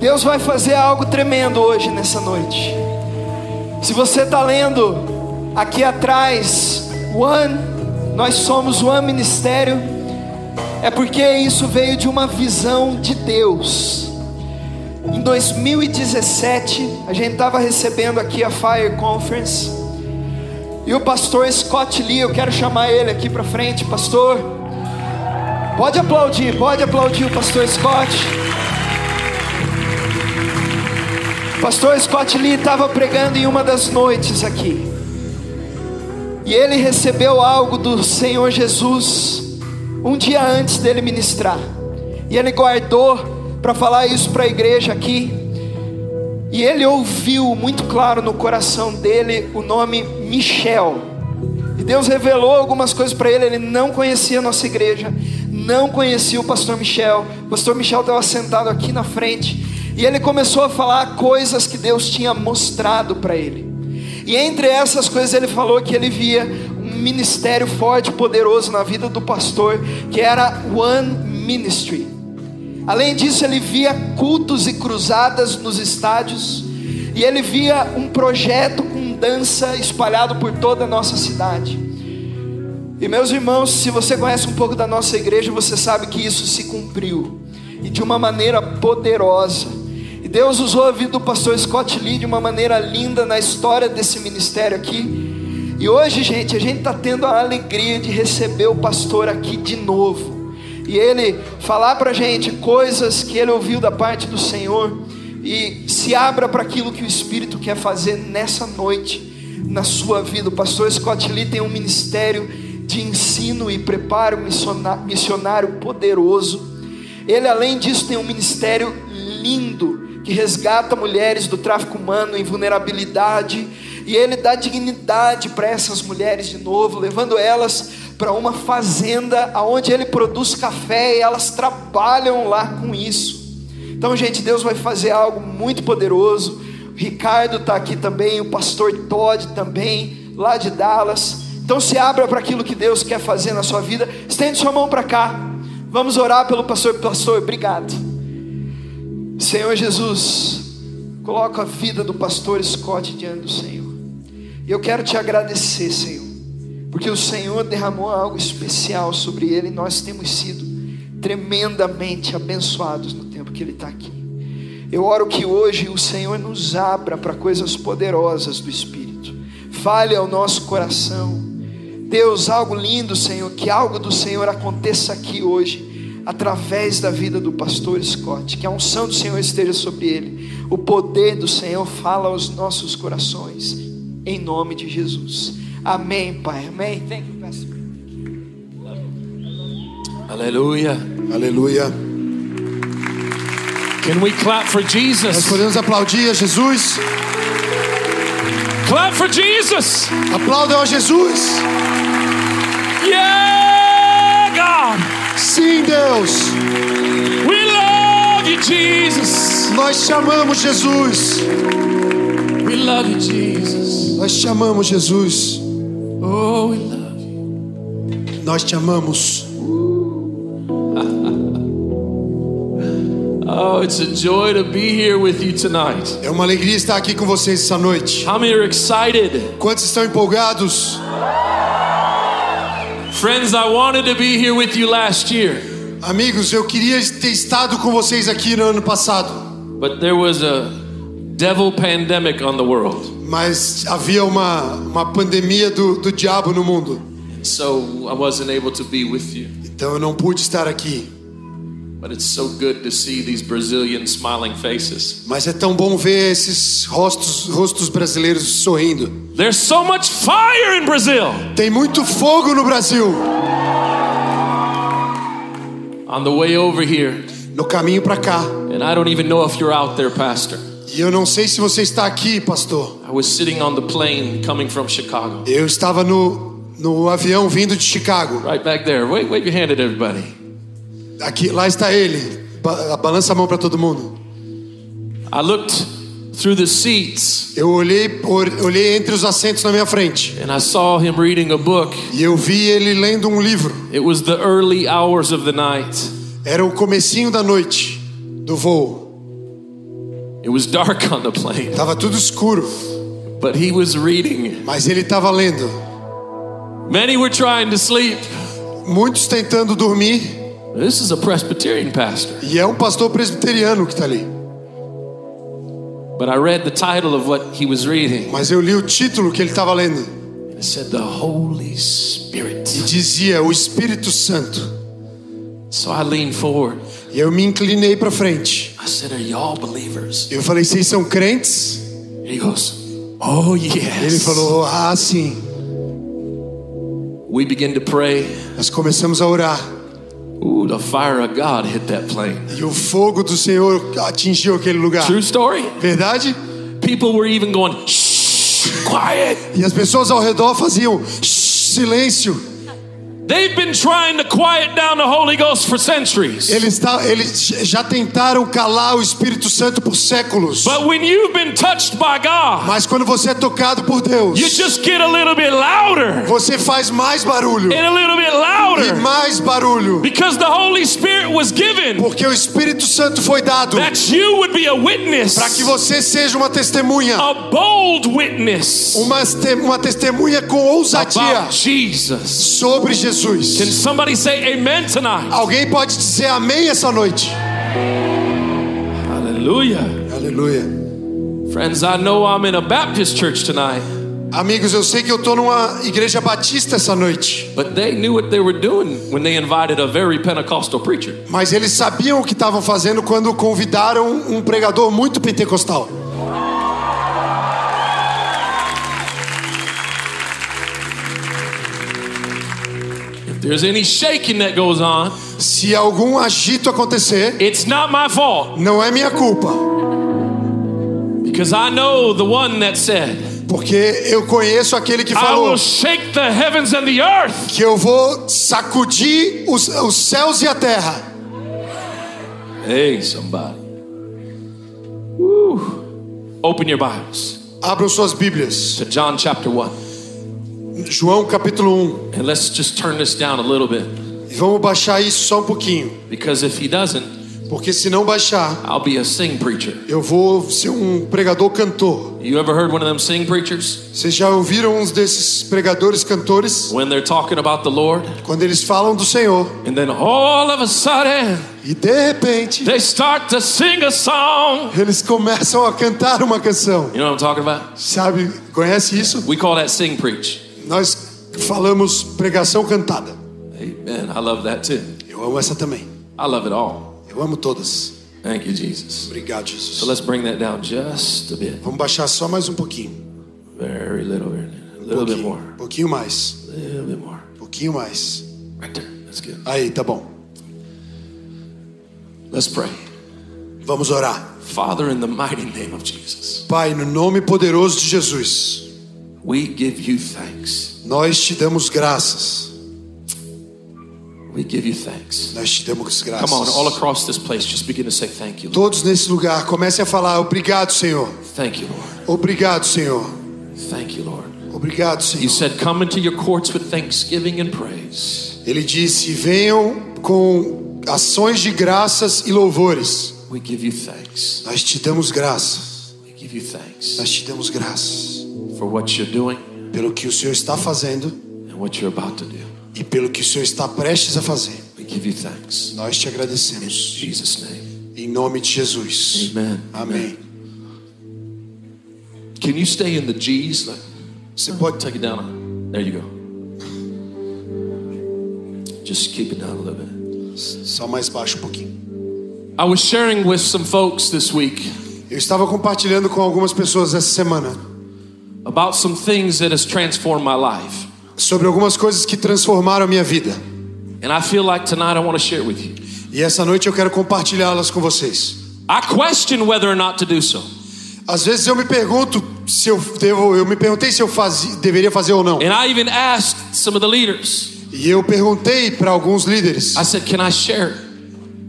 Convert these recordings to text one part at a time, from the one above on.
Deus vai fazer algo tremendo hoje nessa noite. Se você está lendo aqui atrás, One, nós somos One Ministério, é porque isso veio de uma visão de Deus. Em 2017, a gente estava recebendo aqui a Fire Conference, e o pastor Scott Lee, eu quero chamar ele aqui para frente, pastor. Pode aplaudir, pode aplaudir o pastor Scott. Pastor Scott Lee estava pregando em uma das noites aqui. E ele recebeu algo do Senhor Jesus um dia antes dele ministrar. E ele guardou para falar isso para a igreja aqui. E ele ouviu muito claro no coração dele o nome Michel. E Deus revelou algumas coisas para ele, ele não conhecia a nossa igreja, não conhecia o pastor Michel. O pastor Michel estava sentado aqui na frente. E ele começou a falar coisas que Deus tinha mostrado para ele. E entre essas coisas ele falou que ele via um ministério forte e poderoso na vida do pastor, que era One Ministry. Além disso, ele via cultos e cruzadas nos estádios, e ele via um projeto com dança espalhado por toda a nossa cidade. E meus irmãos, se você conhece um pouco da nossa igreja, você sabe que isso se cumpriu e de uma maneira poderosa. Deus usou a vida do pastor Scott Lee de uma maneira linda na história desse ministério aqui. E hoje, gente, a gente está tendo a alegria de receber o pastor aqui de novo. E ele falar para a gente coisas que ele ouviu da parte do Senhor. E se abra para aquilo que o Espírito quer fazer nessa noite na sua vida. O pastor Scott Lee tem um ministério de ensino e preparo missionário poderoso. Ele, além disso, tem um ministério lindo que resgata mulheres do tráfico humano em vulnerabilidade, e ele dá dignidade para essas mulheres de novo, levando elas para uma fazenda aonde ele produz café e elas trabalham lá com isso. Então, gente, Deus vai fazer algo muito poderoso. O Ricardo está aqui também, o pastor Todd também, lá de Dallas. Então, se abra para aquilo que Deus quer fazer na sua vida. Estende sua mão para cá. Vamos orar pelo pastor. Pastor, obrigado. Senhor Jesus, coloco a vida do pastor Scott diante do Senhor. E eu quero te agradecer, Senhor, porque o Senhor derramou algo especial sobre ele e nós temos sido tremendamente abençoados no tempo que ele está aqui. Eu oro que hoje o Senhor nos abra para coisas poderosas do Espírito. Fale ao nosso coração. Deus, algo lindo, Senhor, que algo do Senhor aconteça aqui hoje através da vida do pastor Scott, que a unção do Senhor esteja sobre ele. O poder do Senhor fala aos nossos corações, em nome de Jesus. Amém, Pai. Amém. Thank you, Pastor. Aleluia. Aleluia. Can we clap for Nós Jesus? podemos aplaudir a Jesus. Clap for Jesus. Aplaudam a Jesus. Yeah, God. Sim, Deus. We love you, Jesus. Nós chamamos Jesus. We love you, Jesus. Nós chamamos Jesus. Oh, we love you. Nós te amamos. Oh, it's a joy to be here with you tonight. É uma alegria estar aqui com vocês essa noite. How many are excited? Quantos estão empolgados? Friends, I wanted to be here with you last year, Amigos, eu queria ter estado com vocês aqui no ano passado, but there was a devil pandemic on the world. mas havia uma, uma pandemia do, do diabo no mundo. So I wasn't able to be with you. Então eu não pude estar aqui. But it's so good to see these Brazilian smiling faces. Mas é tão bom ver esses rostos, rostos brasileiros sorrindo. There's so much fire in Brazil. Tem muito fogo no Brasil. On the way over here, No caminho para cá. and I don't even know if you're out there, Pastor. E eu não sei se você está aqui, pastor. I was sitting on the plane coming from Chicago. Eu estava no, no avião vindo de Chicago. Right back there. Wait, wave your hand at everybody. Aqui, lá está ele. Ba balança a mão para todo mundo. I looked through the seats Eu olhei, or- olhei entre os assentos na minha frente and I saw him reading a book. e eu vi ele lendo um livro. It was the early hours of the night. Era o comecinho da noite do voo. It was dark on the plane, Tava tudo escuro, but he was reading. mas ele tava lendo. Many were trying to sleep. Muitos tentando dormir, This is a Presbyterian pastor. e é um pastor presbiteriano que tá ali. But I read the title of what he was reading. Mas eu li o título que ele tava lendo. It said, The Holy Spirit. Dizia o Espírito Santo. So I leaned forward. E eu me inclinei pra frente. I said, Are y'all believers? Eu falei: "Vocês são crentes?" And he goes, Oh, Ele yes. falou: "Ah, sim." We begin to pray. Nós começamos a orar. Ooh, the fire of God hit that plane. E o fogo do Senhor atingiu aquele lugar. True story. Verdade? People were even going, Shh, quiet. E as pessoas ao redor faziam "Shh, silêncio. They've been trying to quiet down the Holy Ghost for centuries. Eles, ta- eles j- já tentaram calar o Espírito Santo por séculos. But when you've been touched by God, Mas quando você é tocado por Deus, you just get a little bit louder você faz mais barulho and a little bit e louder mais barulho, because the Holy Spirit was given porque o Espírito Santo foi dado that you would be a para que witness, você seja uma testemunha, a bold witness uma, este- uma testemunha com ousadia about Jesus. Can sobre Jesus. somebody say amen tonight? Alguém pode dizer amém essa noite? Hallelujah. Aleluia. Friends, I know I'm in a Baptist church tonight, Amigos, eu sei que eu tô numa igreja batista essa noite, but they knew what they were doing when they invited a very Pentecostal preacher. mas eles sabiam o que estavam fazendo quando convidaram um pregador muito pentecostal. If there's any shaking that goes on, Se algum agito acontecer, it's not my fault não é minha culpa, because I know the one that said, porque eu conheço aquele que I falou will shake the heavens and the earth. que eu vou sacudir os, os céus e a terra. Hey, somebody. Woo. Open your Bibles Abram suas Bíblias. to John chapter 1, João capítulo and let's just turn this down a little bit 1. E vamos baixar isso só um pouquinho, because if he doesn't, porque se não baixar, I'll be a sing preacher. eu vou ser um pregador cantor. You ever heard one of them sing preachers? Vocês já ouviram uns desses pregadores cantores When they're talking about the Lord, quando eles falam do Senhor and then all of a sudden e de repente they start to sing a song. eles começam a cantar uma canção. You know what I'm talking about? Sabe, conhece isso? We call that sing preach. Nós falamos pregação cantada. Amen. I love that too. Eu amo essa também. I love it all. Eu amo todas. Thank you, Jesus. Obrigado, So Jesus. let's bring that down just a bit. Vamos baixar só mais um pouquinho. Very little, very little. a Um little bit pouquinho, more. um pouquinho mais. A little bit more. Um pouquinho mais. Right there. That's good. Aí, tá bom. Let's pray. Vamos orar. Father, in the mighty name of Jesus, Pai, no nome poderoso de Jesus, we give you thanks. nós te damos graças. We give you thanks. Nós te damos graças. Come on, all across this place, just begin to say thank you, Lord. Todos nesse lugar, comecem a falar: obrigado, Senhor. Thank you, Lord. Obrigado, Senhor. Thank you, Lord. Obrigado, You Senhor. said, Come into your courts with thanksgiving and praise. Ele disse: venham com ações de graças e louvores. We give you thanks. Nós te damos graças. We give you thanks Nós te damos graças for what you're doing pelo que o Senhor está fazendo and what you're about to do. e pelo que o Senhor está prestes a fazer. We give you thanks. Nós te In agradecemos Jesus' name. em nome de Jesus. Amen. Amém. Can you stay in the G's? Like, Você pode take it down. There you go. Just keep it down a little bit. só mais baixo um pouquinho. I was sharing with some folks this week Eu estava compartilhando com algumas pessoas essa semana about some things that has transformed my life. sobre algumas coisas que transformaram a minha vida. And I feel like tonight I want to share with you. E essa noite eu quero compartilhá-las com vocês. I question whether or not to do so. Às vezes eu me pergunto se eu devo, eu me perguntei se eu fazi- deveria fazer ou não. And I even asked some of the leaders. E eu perguntei para alguns líderes. I said, "Can I share?"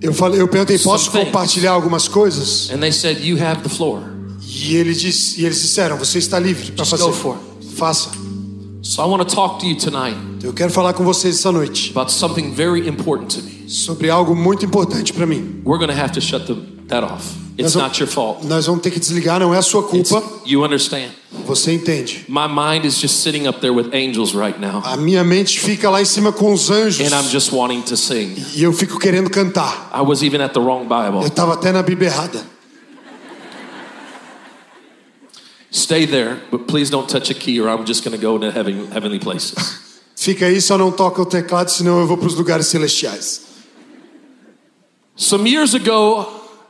Eu falei, eu perguntei, posso Some things. compartilhar algumas coisas? And they said, "You have the floor." E, ele disse, e eles disseram: Você está livre para Just fazer. go for Faça. So I want to talk to you tonight Eu quero falar com vocês essa noite about something very important to me. sobre algo muito importante para mim. We're going to have to shut the that off. It's Nós- not your fault. Nós vamos ter que desligar, não é a sua It's- culpa. you understand. Você entende. My mind is just sitting up there with angels right now, A minha mente fica lá em cima com os anjos and I'm just wanting to sing. e eu fico querendo cantar. I was even at the wrong Bible. Eu tava até na Bíblia errada. Stay there, but please don't touch a key, or I'm just going to go to heaven, heavenly places. Fica aí, só não toca o teclado, senão eu vou pros lugares celestiais. Some years ago,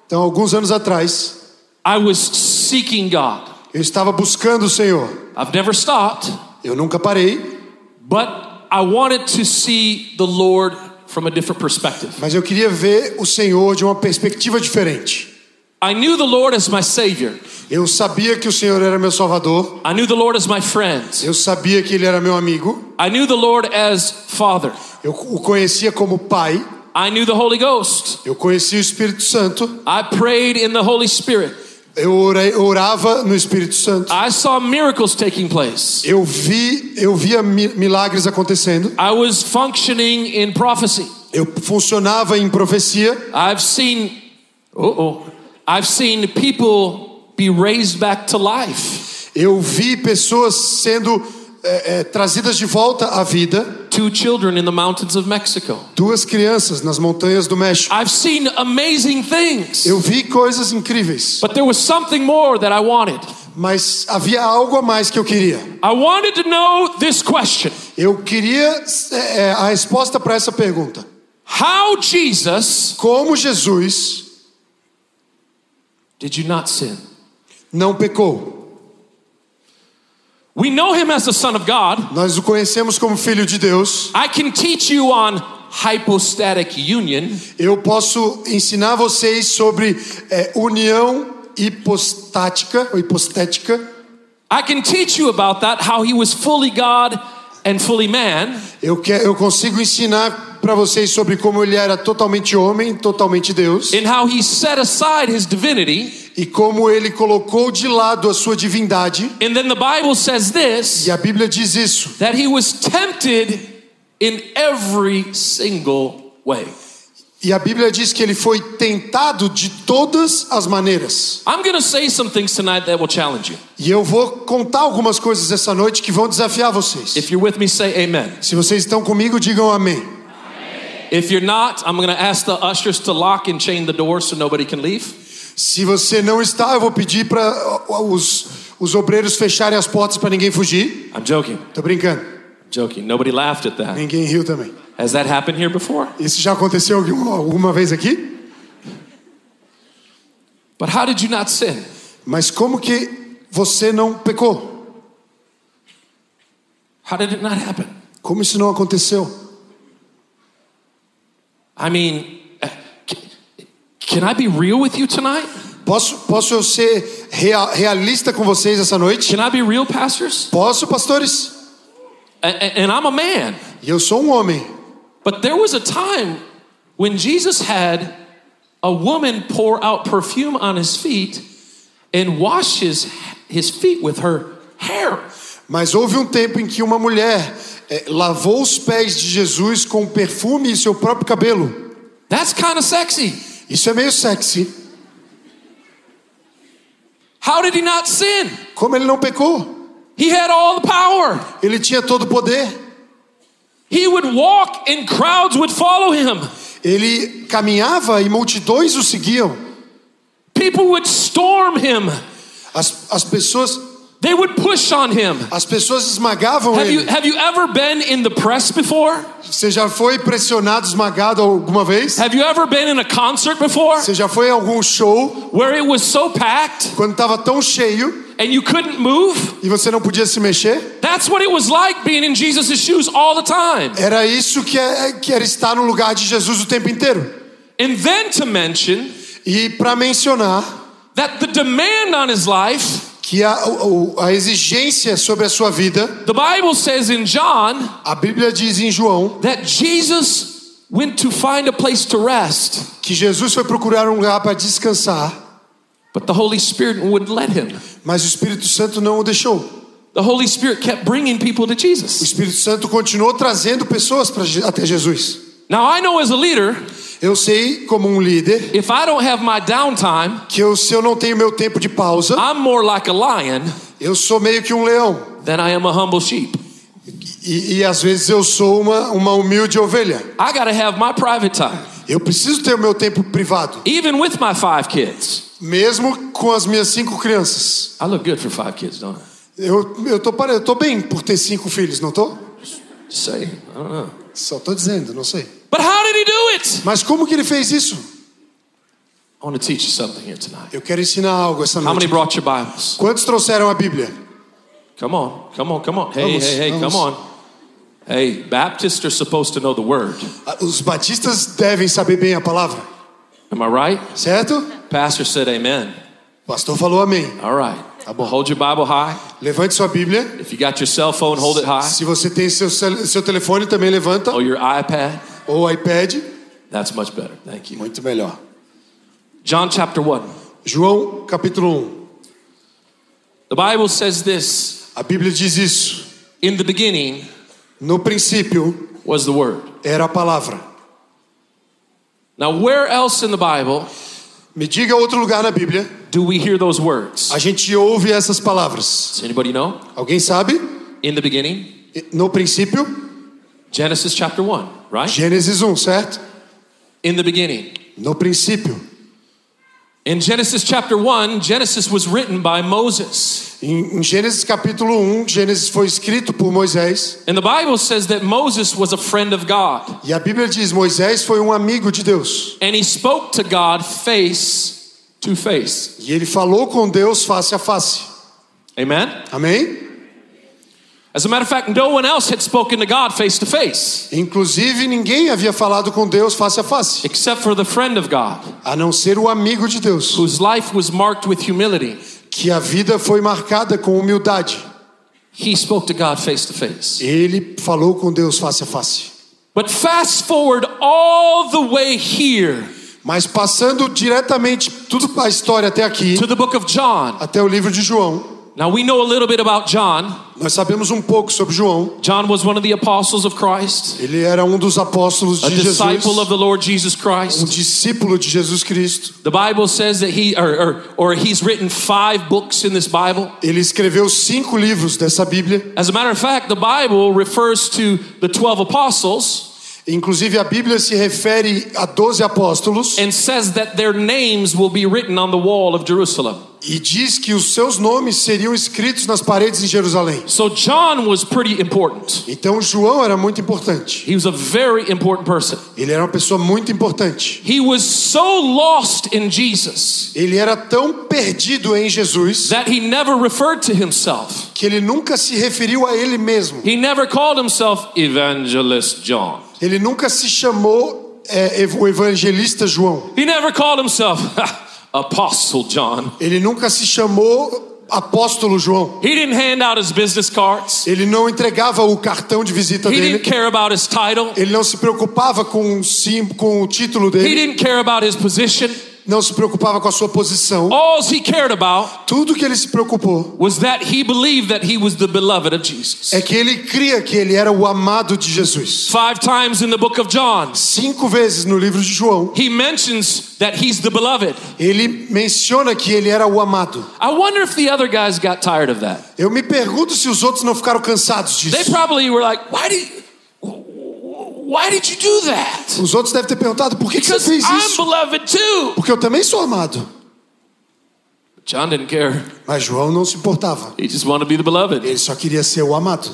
Então, alguns anos atrás, I was seeking God. eu estava buscando o Senhor. I've never stopped, Eu nunca parei, but I wanted to see the Lord from a different perspective. mas eu queria ver o Senhor de uma perspectiva diferente. I knew the Lord as my Savior, Eu sabia que o Senhor era meu Salvador. I knew the Lord as my friend, Eu sabia que Ele era meu amigo. I knew the Lord as Father, Eu o conhecia como Pai. I knew the Holy Ghost. Eu conhecia o Espírito Santo. I prayed in the Holy Spirit. Eu orei- eu orava no Espírito Santo. I saw miracles taking place. Eu vi, eu via mi- milagres acontecendo. I was functioning in prophecy. Eu funcionava em profecia. I've seen, oh, I've seen people be raised back to life. Eu vi pessoas sendo é, é, trazidas de volta à vida. Two children in the mountains of Mexico. Duas crianças nas montanhas do México. I've seen amazing things. Eu vi coisas incríveis, But there was something more that I wanted. mas havia algo a mais que eu queria. I wanted to know this question Eu queria é, é, a resposta para essa pergunta: How, Jesus, Como Jesus did you not sin? não pecou? We know him as the Son of God. Nós o conhecemos como Filho de Deus. I can teach you on hypostatic union. Eu posso ensinar vocês sobre é, união hipostática ou hipostética. I can teach you about that, how he was fully God and fully man. Eu, que, eu consigo ensinar para vocês sobre como ele era totalmente homem, totalmente Deus, in how he set aside his divinity. e como ele colocou de lado a sua divindade. And then the Bible says this E a Bíblia diz isso: that he was tempted in every single way. E a Bíblia diz que ele foi tentado de todas as maneiras. I'm going to say some things tonight that will challenge you. E eu vou contar algumas coisas essa noite que vão desafiar vocês. If you're with me, say amen. Se vocês estão comigo, digam amém. If you're not, I'm going to ask the ushers to lock and chain the door so nobody can leave. Se você não está, eu vou pedir para os, os obreiros fecharem as portas para ninguém fugir. I'm joking. Tô brincando. Joking. Nobody laughed at that. Ninguém riu também. Has that happened here before? Isso já aconteceu alguma, alguma vez aqui? But how did you not sin? Mas como que você não pecou? How did it not happen? Como isso não aconteceu? I mean, eh, c- can I be real with you tonight? Posso, posso eu ser rea- realista com vocês essa noite? Can I be real, pastors? Posso, pastores? A- a- And I'm a man, E eu sou um homem. but there was a time when Jesus had a woman pour out perfume on his feet and wash his, his feet with her hair. Mas houve um tempo em que uma mulher eh, lavou os pés de Jesus com perfume e seu próprio cabelo. That's kind of sexy. Isso é meio sexy. How did he not sin? Como ele não pecou? He had all the power. Ele tinha todo o poder. He would walk and crowds would follow him. Ele caminhava e multidões o seguiam. People would storm him. As, as pessoas They would push on him. as pessoas esmagavam Have you, ele. have you ever been in the press before? Você já foi pressionado, esmagado alguma vez? Have you ever been in a concert before Você já foi a algum show where it was so packed quando estava tão cheio and you couldn't move? e você não podia se mexer? That's what it was like being in Jesus' shoes all the time. Era isso que, é, que era estar no lugar de Jesus o tempo inteiro. And then to mention E para mencionar, that the demand on his life, que a, o- o- a exigência sobre a sua vida, the Bible says in John a Bíblia diz em João that Jesus went to find a place to rest, que Jesus foi procurar um lugar para descansar, but the Holy Spirit wouldn't let him. mas o Espírito Santo não o deixou. The Holy Spirit kept bringing people to O Jesus. Espírito Santo continuou trazendo pessoas pra Je- até Jesus. Now I know as a leader, Eu sei, como um líder, if I don't have my downtime, que eu, se eu não tenho meu tempo de pausa, I'm more like a lion eu sou meio que um leão. than I am a humble sheep. E, e às vezes eu sou uma, uma humilde ovelha. I got to have my private time, Eu preciso ter o meu tempo privado, even with my five kids. mesmo com as minhas cinco crianças. I look good for five kids, don't I? Eu, eu, tô, pare- eu tô bem por ter cinco filhos, não tô? Just saying. I don't know. Só tô dizendo, não sei. But how did he do it? Mas como que ele fez isso? I want to teach you something here tonight. Eu quero ensinar algo essa How many noite. brought your Bibles? Quantos trouxeram a Bíblia? Come on, come on, come on. Hey, Vamos, hey, hey, vamos. come on. Hey, Baptists are supposed to know the word. Ah, Os batistas devem saber bem a palavra, Am I right? certo? Pastor said amen. O pastor falou amém. All right. Tá bom. Hold your Bible high. Levante sua Bíblia. If you got your cell phone, hold it high. Se você tem seu, cel- seu telefone, também levanta. Or your iPad. Ou iPad. That's much better. Thank you. Muito melhor. John chapter 1. João capítulo 1. The Bible says this A Bíblia diz isso. In the beginning No princípio was the Word. era a palavra. Now, where else in the Bible Me diga outro lugar na Bíblia. do we hear those words? A gente ouve essas palavras. Does anybody know? Alguém sabe? In the beginning, No princípio, Genesis chapter 1, right? Gênesis 1, certo? In the beginning. No princípio. In Genesis chapter 1, Genesis was written by Moses. Em, em Gênesis capítulo 1, Gênesis foi escrito por Moisés. And the Bible says that Moses was a friend of God. E a Bíblia diz: Moisés foi um amigo de Deus. And he spoke to God face to face. E ele falou com Deus face a face. Amen? Amém? As a matter of fact, no one else had spoken to God face to face Inclusive, ninguém havia falado com Deus face a face, except for the friend of God, a não ser o amigo de Deus, whose life was marked with humility. que a vida foi marcada com humildade. He spoke to God face to face. Ele falou com Deus face a face. But fast forward all the way here Mas passando diretamente tudo a história até aqui, to the book of John. até o livro de João, Now we know a little bit about John. Nós sabemos um pouco sobre João. John was one of the apostles of Christ, Ele era um dos apóstolos a de Jesus, disciple of the Lord Jesus um Christ. discípulo de Jesus Cristo. The Bible says that he or, or or he's written 5 books in this Bible. Ele escreveu cinco livros dessa Bíblia. As a matter of fact, the Bible refers to the 12 apostles Inclusive, a Bíblia se refere a doze apóstolos and says that their names will be written on the wall of Jerusalem. e diz que os seus nomes seriam escritos nas paredes em Jerusalém. So John was pretty important. Então, João era muito importante. He was a very important person. Ele era uma pessoa muito importante. He was so lost in Jesus Ele era tão perdido em Jesus that he never referred to himself. que ele nunca se referiu a ele mesmo. He never called himself Evangelist John. Ele nunca se chamou é, ev- o evangelista João. He never called himself Apostle John. Ele nunca se chamou apóstolo João. He didn't hand out his business cards. Ele não entregava o cartão de visita He didn't dele. care about his title. Ele não se preocupava com o, sim, com o título He dele. didn't care about his position. Não se preocupava com a sua posição. All he cared about Tudo que ele se preocupou was that he believed that he was the beloved of Jesus. é que ele cria que ele era o amado de Jesus. Five times in the book of John, Cinco vezes no livro de João, he mentions that he's the beloved. ele menciona que ele era o amado. I wonder if the other guys got tired of that. Eu me pergunto se os outros não ficaram cansados They disso. probably were like, "Why did, why did you do that?" Os outros devem ter perguntado por que, que você Because fez I'm isso? beloved too. Porque eu também sou amado. John didn't care. Mas João não se importava. He just wanted to be the beloved. Ele só queria ser o amado.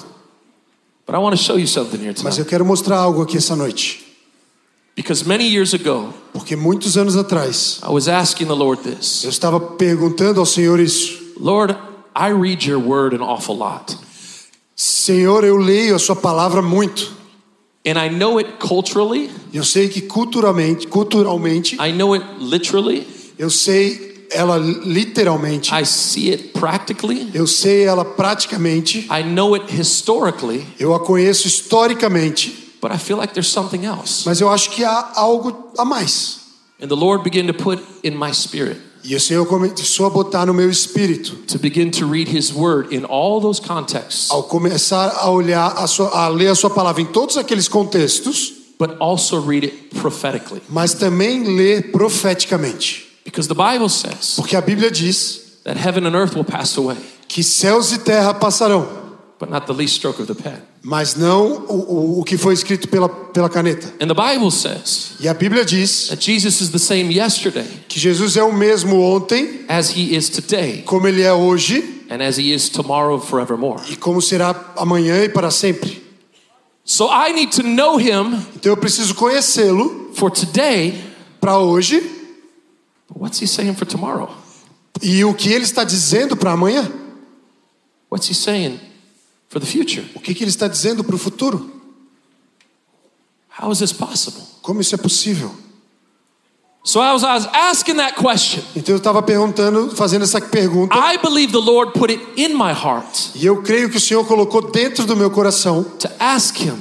But I want to show you something here Mas tonight. eu quero mostrar algo aqui essa noite. Because many years ago, Porque muitos anos atrás, I was asking the Lord eu this. estava perguntando ao Senhor isso. Lord, I read your word an awful lot. Senhor, eu leio a sua palavra muito. And I know it culturally, Eu sei que culturalmente, culturalmente, I know it literally, eu sei ela literalmente, I see it practically, eu sei ela praticamente, I know it historically, eu a conheço historicamente, but I feel like there's something else. mas eu acho que há algo a mais. And the Lord began to put in my spirit E o Senhor começou a botar no meu espírito, to begin to read his word in all those contexts ao começar a olhar, a, sua, a ler a sua palavra em todos aqueles contextos, but also read it prophetically. mas também lê profeticamente. Because the Bible says Porque a Bíblia diz that heaven and earth will pass away, que céus e terra passarão, but not the least stroke of the pen. mas não o, o, o que foi escrito pela, pela caneta. And the Bible says E a Bíblia diz that Jesus is the same yesterday que Jesus é o mesmo ontem, as he is today como ele é hoje, and as he is tomorrow forevermore. e como será amanhã e para sempre. So I need to know him Então eu preciso conhecê-lo for today, para hoje but what's he saying for tomorrow? e o que ele está dizendo para amanhã, What's he saying for the future? o que, que ele está dizendo para o futuro. How is this possible? Como isso é possível? So as I was asking that question, Então eu estava perguntando, fazendo essa pergunta, I believe the Lord put it in my heart e eu creio que o Senhor colocou dentro do meu coração to ask him,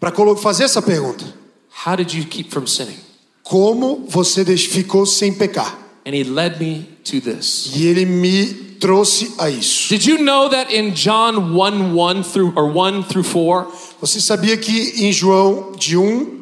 para fazer essa pergunta: How did you keep from sinning? Como você des- ficou sem pecar? And he led me to this. E ele me trouxe a isso. Did you know that in John 1 1 through or 1 through 4, Você sabia que em João de 1,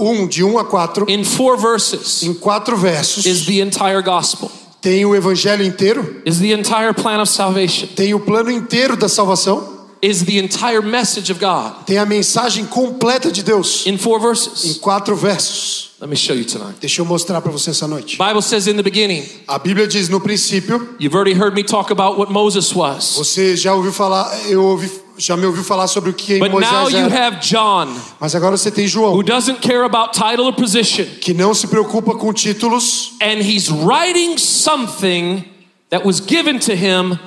um de 1 a 4, in four verses, em quatro versos, is the entire gospel, tem o evangelho inteiro, is the entire plan of salvation, tem o plano inteiro da salvação, is the entire message of God tem a mensagem completa de Deus in four em verses? quatro versos. Let me show you tonight. Deixa eu mostrar para você essa noite. Bible says in the beginning, A Bíblia diz no princípio you've already heard me talk about what Moses was. Você já ouviu falar, eu ouvi, já me ouviu falar sobre o que But now Moisés you era. have John, Mas agora você tem who João, doesn't care about title or position, que não se preocupa com títulos and he's writing something that was given to him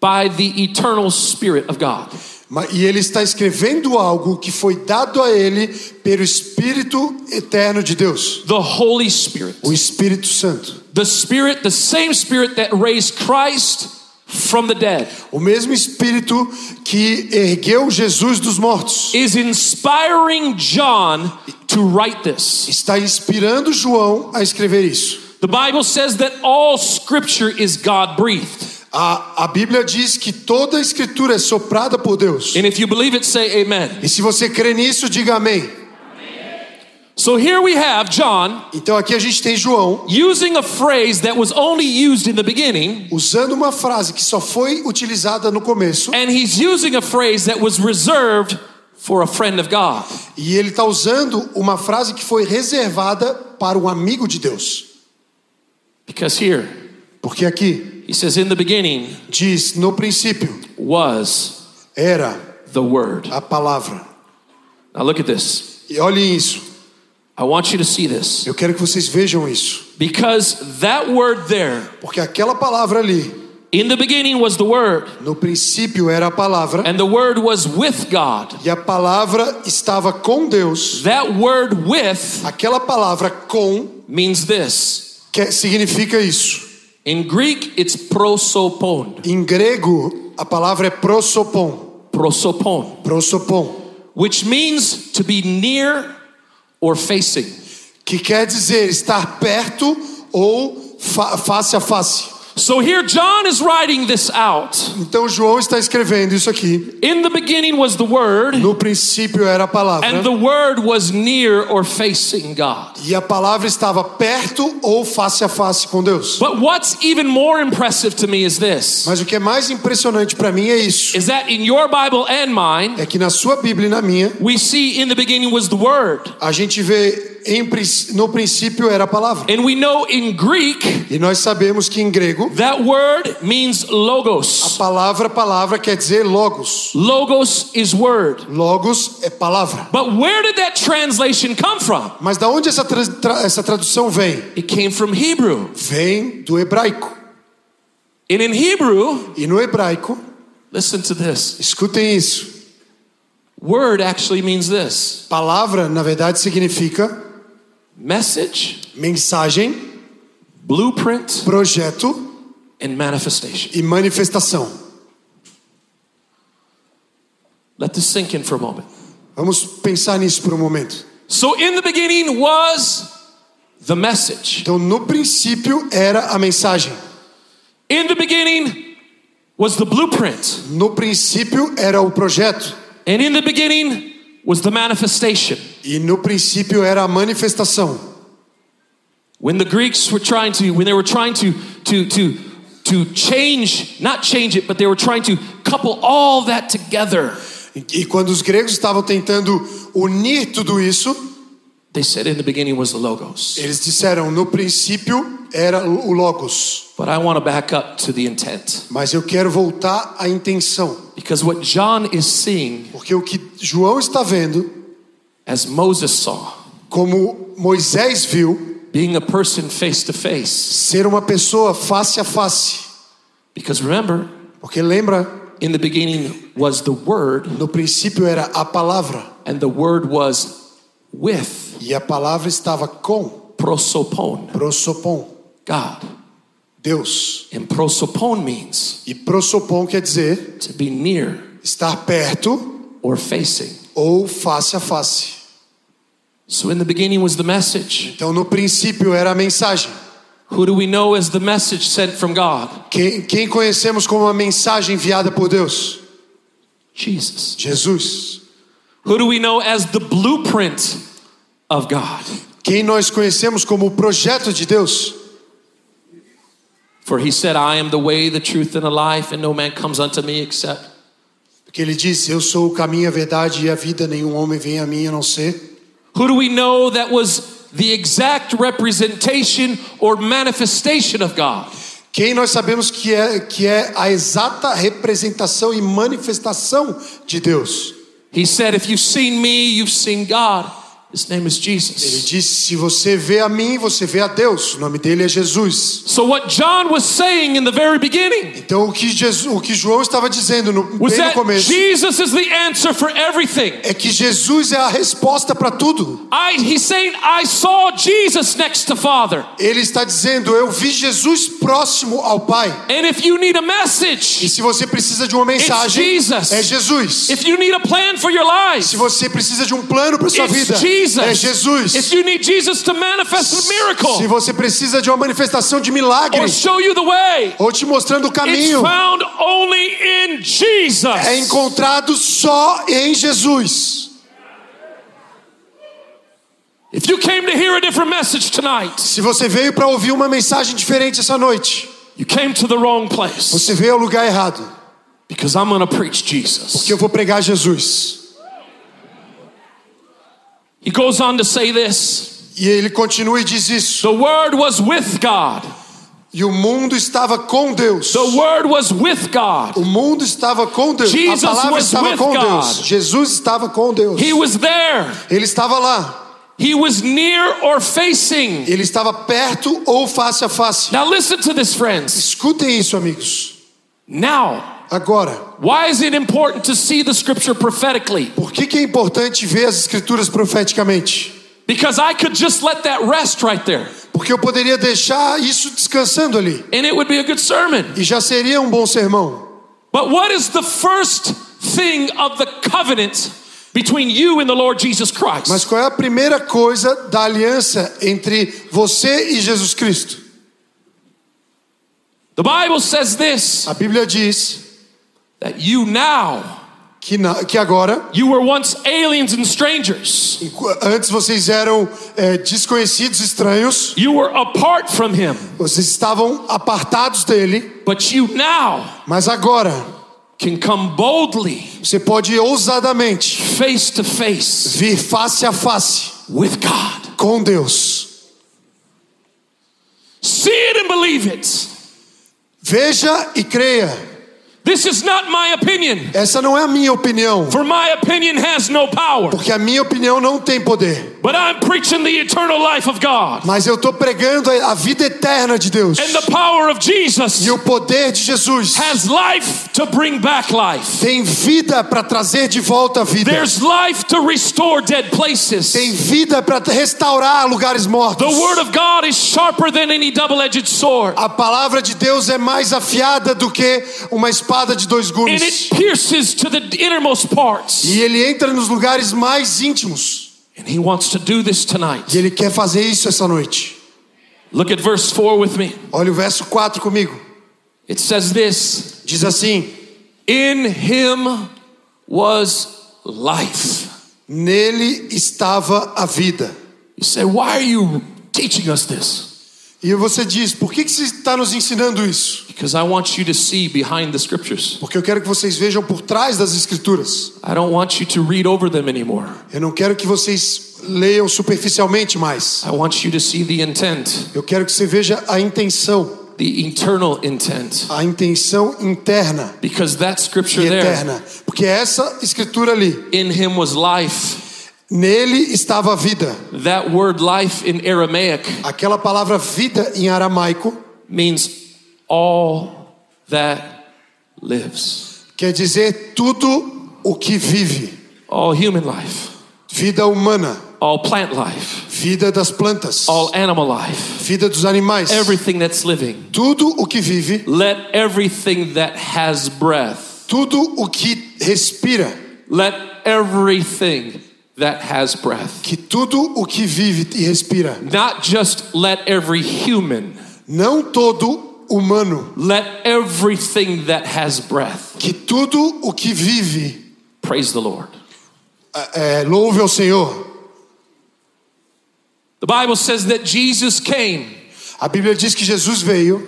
by the eternal Spirit of God. ma- e ele está escrevendo algo que foi dado a ele pelo Espírito Eterno de Deus, The Holy Spirit. o Espírito Santo. The Spirit, the same Spirit that raised Christ from the dead, O mesmo Espírito que ergueu Jesus dos mortos. is inspiring John to write this. Está inspirando João a escrever isso. The Bible says that all scripture is God breathed. A, a Bíblia diz que toda a Escritura é soprada por Deus. And if you believe it, say amen. E se você crê nisso, diga amém. So here we have John Então aqui a gente tem João, using a phrase that was only used in the beginning, usando uma frase que só foi utilizada no começo and he's using a phrase that was reserved for a friend of God. e ele está usando uma frase que foi reservada para um amigo de Deus. Because here, Porque aqui he says, in the beginning diz: no princípio was era the Word. a palavra. Now look at this. E olhem isso, I want you to see this eu quero que vocês vejam isso. because that word there Porque aquela palavra ali, in the beginning was the word no princípio era a palavra and the word was with God. e a palavra estava com Deus. That word with Aquela palavra com means this. que significa isso. In Greek it's prosopon, Em grego, a palavra é prosopon, prosopon, prosopon, which means to be near or facing. que quer dizer estar perto ou fa- face a face. So here John is writing this out. Então João está escrevendo isso aqui. In the beginning was the word No princípio era a and palavra the word was near or facing God. e a palavra estava perto ou face a face com Deus. But what's even more impressive to me is this. Mas o que é mais impressionante para mim é isso. is that in your Bible and mine, É que na sua Bíblia e na minha, we see in the beginning was the Word. a gente vê em princ- no princípio era a palavra. And we know in Greek, E nós sabemos que em grego that word means a logos. palavra palavra quer dizer logos. Logos is word. Logos é palavra. But where did that translation come from? Mas da onde essa, tra- tra- essa tradução vem? It came from Hebrew. Vem do hebraico. And in Hebrew, E no hebraico, listen to this escutem isso. word actually means this Palavra, na verdade, significa message, mensagem, blueprint, projeto and manifestation. e manifestação. Let this sink in for a moment. Vamos pensar nisso por um momento. So, in the beginning was the message, Então, no princípio era a mensagem. in the beginning was the blueprint. No princípio era o projeto. And in the beginning was the manifestation. E no princípio era a manifestação. When the Greeks were trying to, when they were trying to, to, to, to change, not change it, but they were trying to couple all that together, E e quando os gregos estavam tentando unir tudo isso, they said in the beginning was the Logos. eles disseram: no princípio era o Logos. But I want to back up to the intent. Mas eu quero voltar à intenção. Because what John is seeing, Porque o que João está vendo, as Moses saw, como Moisés viu, being a person face to face, ser uma pessoa face a face. because remember, Porque lembra, in the beginning was the Word, no princípio era a palavra, and the Word was with e a palavra estava com prosopon, prosopon, God. Deus. And prosopon means E prosopon quer dizer to be near estar perto or facing. ou face a face. So in the beginning was the message. Então, no princípio era a mensagem. Who do we know as the message sent from God? Quem, quem conhecemos como a mensagem enviada por Deus? Jesus. Jesus. Who do we know as the blueprint of God? Quem nós conhecemos como o projeto de Deus? For he said, I am the way, the truth, and the life, and no man comes unto me except. Porque ele diz: Eu sou o caminho, a verdade e a vida, nenhum homem vem a mim a não ser. Who do we know that was the exact representation or manifestation of God? Quem nós sabemos que é, que é a exata representação e manifestação de Deus? He said, If you've seen me, you've seen God. His name is Ele Jesus. diz: Se você vê a mim, você vê a Deus. O nome dele é Jesus. So, what John was saying in the very beginning Então, o que, Jesus, o que João estava dizendo no, was bem no that começo é Jesus is the answer for everything. é que Jesus é a resposta para tudo. I, he's saying, I saw Jesus next to Father. Ele está dizendo: Eu vi Jesus próximo ao Pai. And if you need a E message, se você precisa de uma mensagem, It's Jesus. é Jesus. if you need a plan for your se life, você precisa de um plano para sua vida, it's Jesus. é Jesus. If you need Jesus to manifest a se miracle você precisa de uma manifestação de or milagres, show you the way, ou te mostrando o It's caminho, found only in Jesus. é encontrado só em Jesus. If you came to hear a different message tonight, Se você veio para ouvir uma mensagem diferente essa noite, you came to the wrong place. você veio ao lugar errado. Because I'm going to preach Jesus. Porque eu vou pregar Jesus. He goes on to say this E ele continua e diz isso. The Word was with God. E o mundo estava com Deus. The Word was with God. O mundo estava com Deus. Jesus a palavra was estava with com God. Deus. Jesus estava com Deus. He was there. Ele estava lá. He was near or facing. Ele estava perto ou face a face. Now, listen to this, friends. Escutem isso, amigos. Now, Agora, why is it important to see the scripture prophetically? por que, que é importante ver as escrituras profeticamente? Because I could just let that rest right there, Porque eu poderia deixar isso descansando ali. and it would be a good sermon. E já seria um bom sermão. But what is the first thing of the covenant between you and the Lord Jesus Christ? Mas qual é a primeira coisa da aliança entre você e Jesus Cristo? the Bible says this A Bíblia diz that you now, que, na- que agora you were once aliens and strangers, Enqu- Antes vocês eram é, desconhecidos, estranhos, you were apart from Him, vocês estavam apartados dele, but you now mas agora can come boldly, você pode ousadamente face to face vir face a face with God. com Deus. See it and believe it. Veja e creia. This is not my opinion, Essa não é a minha opinião, for my opinion has no power, porque a minha opinião não tem poder. but I'm preaching the eternal life of God Mas eu estou pregando a a vida eterna de Deus and the power of Jesus. e o poder de Jesus. has life to bring back life. Tem vida para trazer de volta a vida. There's life to restore dead places. Tem vida para restaurar lugares The mortos. word of God is sharper than any double-edged sword, A palavra de Deus é mais afiada do que uma espada de dois and gumes. it pierces to the innermost parts. E ele entra nos lugares mais íntimos. And he wants to do this E tonight. ele quer fazer isso essa noite. Look at verse 4 with me. Olha o verso 4 comigo. It says this, Diz assim: "In him was life, Nele estava a vida. You say, Why are you teaching us this? E você diz: por que, que você está nos ensinando isso? Because I want you to see behind the scriptures. Porque eu quero que vocês vejam por trás das escrituras. I don't want you to read over them anymore. Eu não quero que vocês leiam superficialmente mais. I want you to see the intent, Eu quero que você veja a intenção, the eternal intent. a intenção interna Because that e scripture there, eterna. Porque é essa escritura ali, in him was life. nele estava a vida. That word life in Aramaic Aquela palavra vida em aramaico means all that lives, quer dizer tudo o que vive. all human life, Vida humana, all plant life, vida das plantas, all animal life, vida dos animais. everything that's living. Tudo o que vive, Let everything that has breath, tudo o que respira, let everything that has breath, que tudo o que vive e respira, not just let every human, não todo humano, let everything that has breath que tudo o que vive praise the Lord. é, é, louve ao Senhor. The Bible says that Jesus came A Bíblia diz que Jesus veio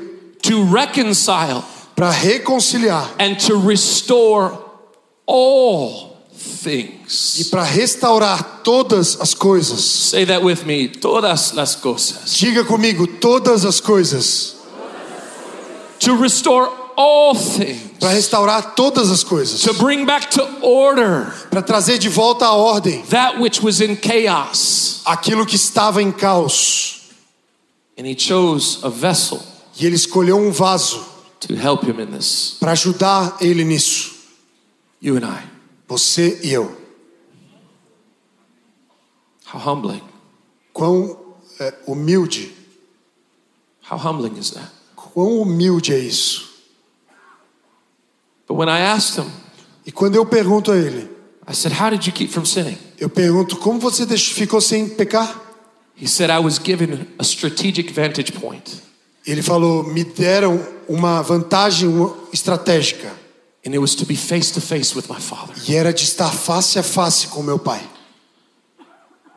to reconcile para reconciliar and to restore all e things. para restaurar todas as coisas. Say that with me. Todas las cosas. Diga comigo, todas as coisas. To restore all things. Para restaurar todas as coisas. To bring back to order Para trazer de volta à ordem that which was in chaos. aquilo que estava em caos. And he chose a vessel E ele escolheu um vaso to help him in this. para ajudar ele nisso. You and I. Você e eu. How humbling. Quão é, humilde, How humbling is that? quão humilde é isso? But when I asked him, E quando eu pergunto a ele, I said, How did you keep from sinning? eu pergunto como você deix- ficou sem pecar? He said, I was given a strategic vantage point, Ele falou, me deram uma vantagem uma- estratégica and it was to be face to face with my father. e era de estar face a face com meu pai.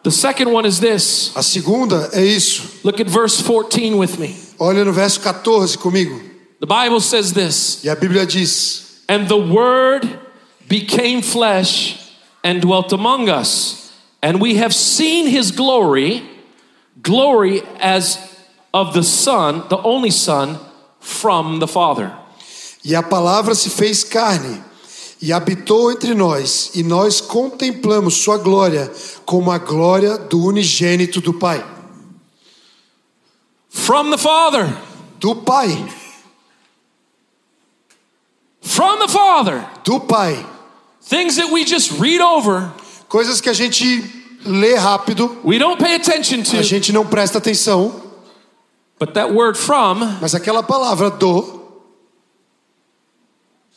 The second one is this A segunda é isso. Look at verse 14 with me. Olha no verso 14 comigo. The Bible says this E a Bíblia diz: And the Word became flesh and dwelt among us, and we have seen his glory, glory as of the Son, the only Son from the Father. E a palavra se fez carne e habitou entre nós, e nós contemplamos sua glória como a glória do unigênito do Pai. From the Father. Do Pai, From the Father. do Pai. Things that we just read over, Coisas que a gente lê rápido, we don't pay attention a to. gente não presta atenção, But that word from mas aquela palavra do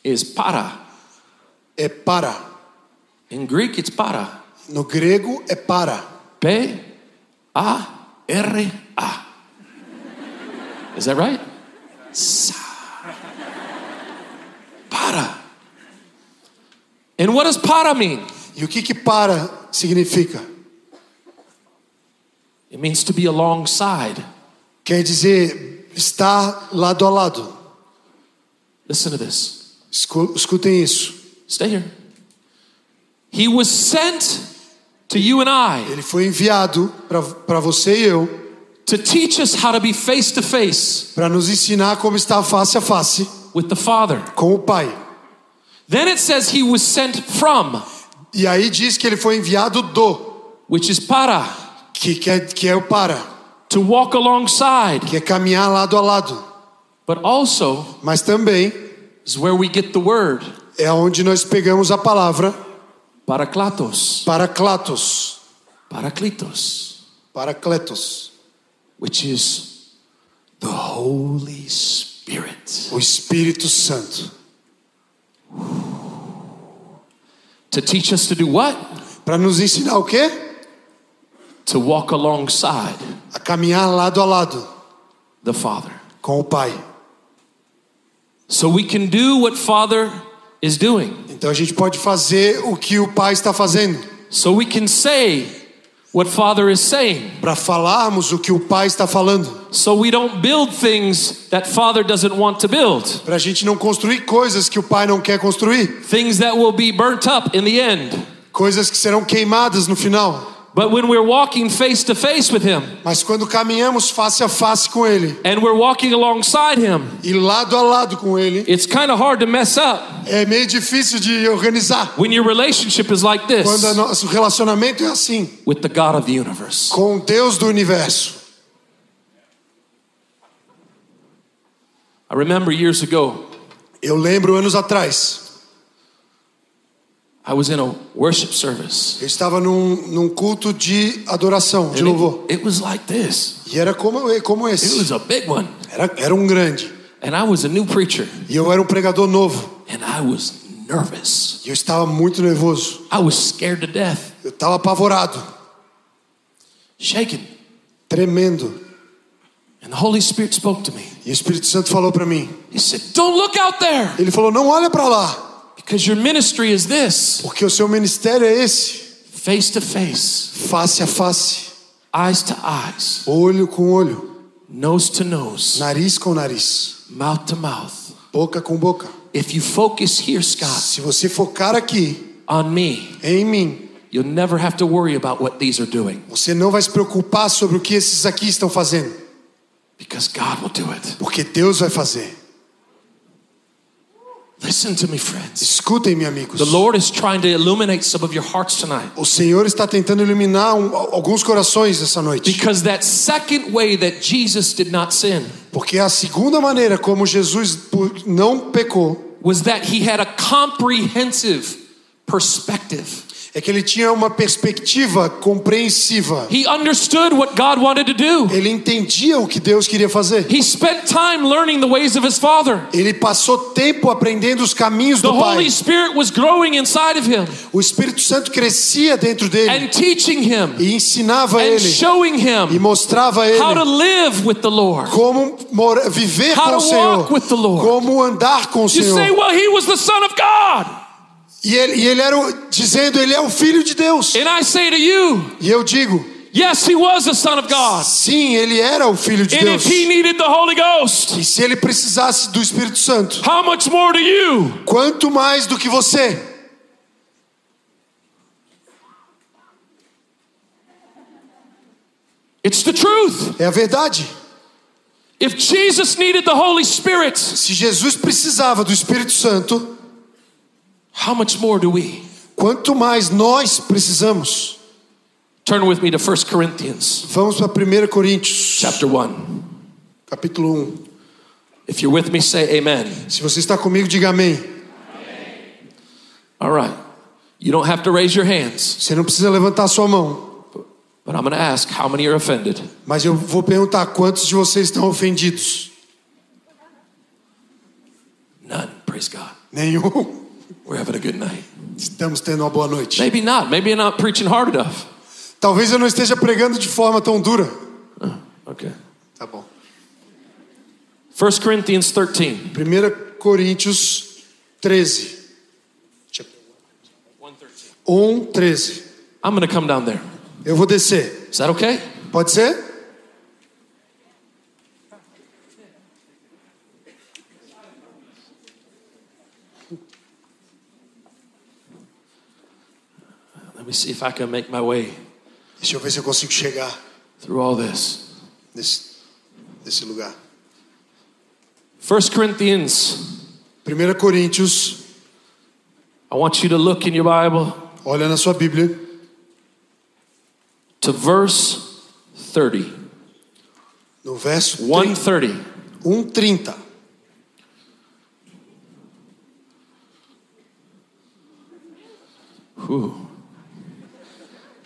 is para. é para. In Greek, it's para. No grego é para. P A R A. Is that right? Sa. Para. And what does para mean? E o que que para significa? It means to be alongside. Quer dizer estar lado a lado. Listen to this. Escu- Escutem isso. Stay here. He was sent to you and I Ele foi enviado para você e eu to teach us how to be face to face para nos ensinar como estar face a face with the Father. com o Pai. Then it says he was sent from, E aí diz que ele foi enviado do, which is para, que, que, é, que é o para, to walk alongside, que é caminhar lado a lado. but also Mas também is where we get the word é onde nós pegamos a palavra parakletos, paraclatos, parakletos, paracletos, which is the Holy Spirit o Espírito Santo, to teach us to do what? para nos ensinar o quê? To walk alongside A caminhar lado a lado the Father. com o Pai. So we can do what Father is doing. Então a gente pode fazer o que o Pai está fazendo. so we can say what Father is saying. para falarmos o que o Pai está falando, So we don't build things that Father doesn't want to build, para a gente não construir coisas que o Pai não quer construir, things that will be burnt up in the end. coisas que serão queimadas no final. But when we're walking face to face with Him Mas quando caminhamos face a face com Ele and we're walking alongside Him, e lado a lado com Ele, it's kind of hard to mess up é meio difícil de organizar. when your relationship is like Quando o this nosso relacionamento é assim, with the God of the universe. com o Deus do universo. I remember years ago, Eu lembro anos atrás, I was in a worship service. eu estava num, num culto de adoração, de and louvor. It, it was like this. E era como, como It esse. was a big one. Era, era um grande. And I was a new preacher E eu era um pregador novo. and I was nervous. E eu estava muito nervoso. I was scared to death, Eu estava apavorado, shaken. tremendo. And the Holy Spirit spoke to me. E o Espírito Santo falou para mim. He said, Don't look out there Ele falou: "Não olha para lá, because your ministry is this porque o seu ministério é esse, face to face, face a face, eyes to eyes, olho com olho, nose to nose, nariz com nariz, mouth to mouth. boca com boca. If you focus here, Scott, Se você focar aqui on me, em mim, you'll never have to worry about what these are doing você não vai se preocupar sobre o que esses aqui estão fazendo, because God will do it. porque Deus vai fazer. Listen to me, friends. Escutem-me, amigos. The Lord is trying to illuminate some of your hearts tonight. O Senhor está tentando iluminar um- alguns corações essa noite, Because that second way that Jesus did not sin porque a segunda maneira como Jesus pu- não pecou was that he had a comprehensive perspective. é que ele tinha uma perspectiva compreensiva. He understood what God wanted to do. Ele entendia o que Deus queria fazer. He spent time learning the ways of his Father. Ele passou tempo aprendendo os caminhos The do Pai. Holy Spirit was growing inside of him O Espírito Santo crescia dentro dele and teaching him e ensinava and ele showing e him mostrava how to ele live with the Lord. como mora- viver How com o to walk with the Senhor, Lord. como andar com o You say, Senhor. well, he was the Son of God. E ele, e ele era o- dizendo, ele é o filho de Deus. And I say to you, E eu digo, yes, he was the Son of God. sim, ele era o filho de And if Deus. he needed the Holy Ghost, E se ele precisasse do Espírito Santo, how much more do you? quanto mais do que você? It's the truth. É a verdade. If Jesus needed the Holy Spirit, Se Jesus precisava do Espírito Santo, how much more do we? quanto mais nós precisamos? Turn with me to 1 Corinthians Vamos para 1 Coríntios, chapter 1. capítulo 1. If you're with me, say amen. Se você está comigo, diga amém. All right. You don't have to raise your hands, Você não precisa levantar sua mão, but I'm going to ask how many are offended. mas eu vou perguntar quantos de vocês estão ofendidos? None. Praise God. Nenhum. We're having a good night. Estamos tendo uma boa noite. Maybe not. Maybe you're not preaching hard enough. Talvez eu não esteja pregando de forma tão dura. Oh, okay. Tá bom. 1 Corinthians 13. 1 Coríntios 13. 113. 1, 13. I'm going to come down there. Eu vou descer. Is that okay? Pode ser? Let me see if I can make my way Deixa eu ver se eu consigo chegar through all this. nesse, nesse lugar. 1 Corinthians. 1 Coríntios, I want you to look in your Bible olha na sua Bíblia, to verse 30. no verso um 30. 130. 1, 30. Whew.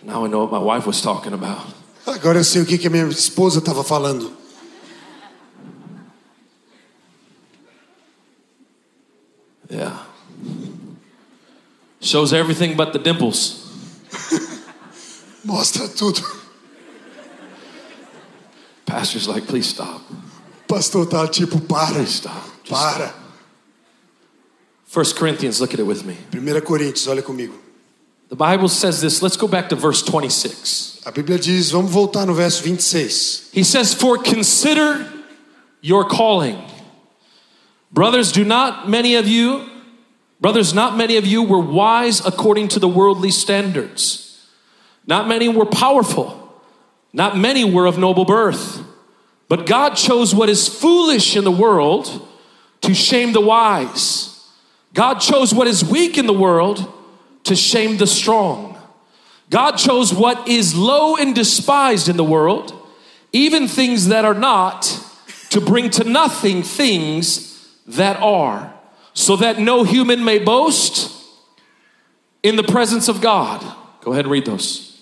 Now I know what my wife was talking about. Agora eu sei o que, que a minha esposa estava falando. Yeah. Shows everything but the dimples. Mostra tudo. Pastor's like, please stop. O pastor tá tipo, para, Please stop. Just stop." para. First Corinthians, look at it with me. 1 Coríntios, olha comigo. The Bible says this. Let's go back to verse 26. A Bíblia diz, vamos voltar no verso 26. He says, For consider your calling. Brothers, do not many of you, brothers, not many of you were wise according to the worldly standards. Not many were powerful. Not many were of noble birth. But God chose what is foolish in the world to shame the wise. God chose what is weak in the world to shame the strong. God chose what is low and despised in the world, even things that are not, to bring to nothing things that are, so that no human may boast in the presence of God. Go ahead and read those.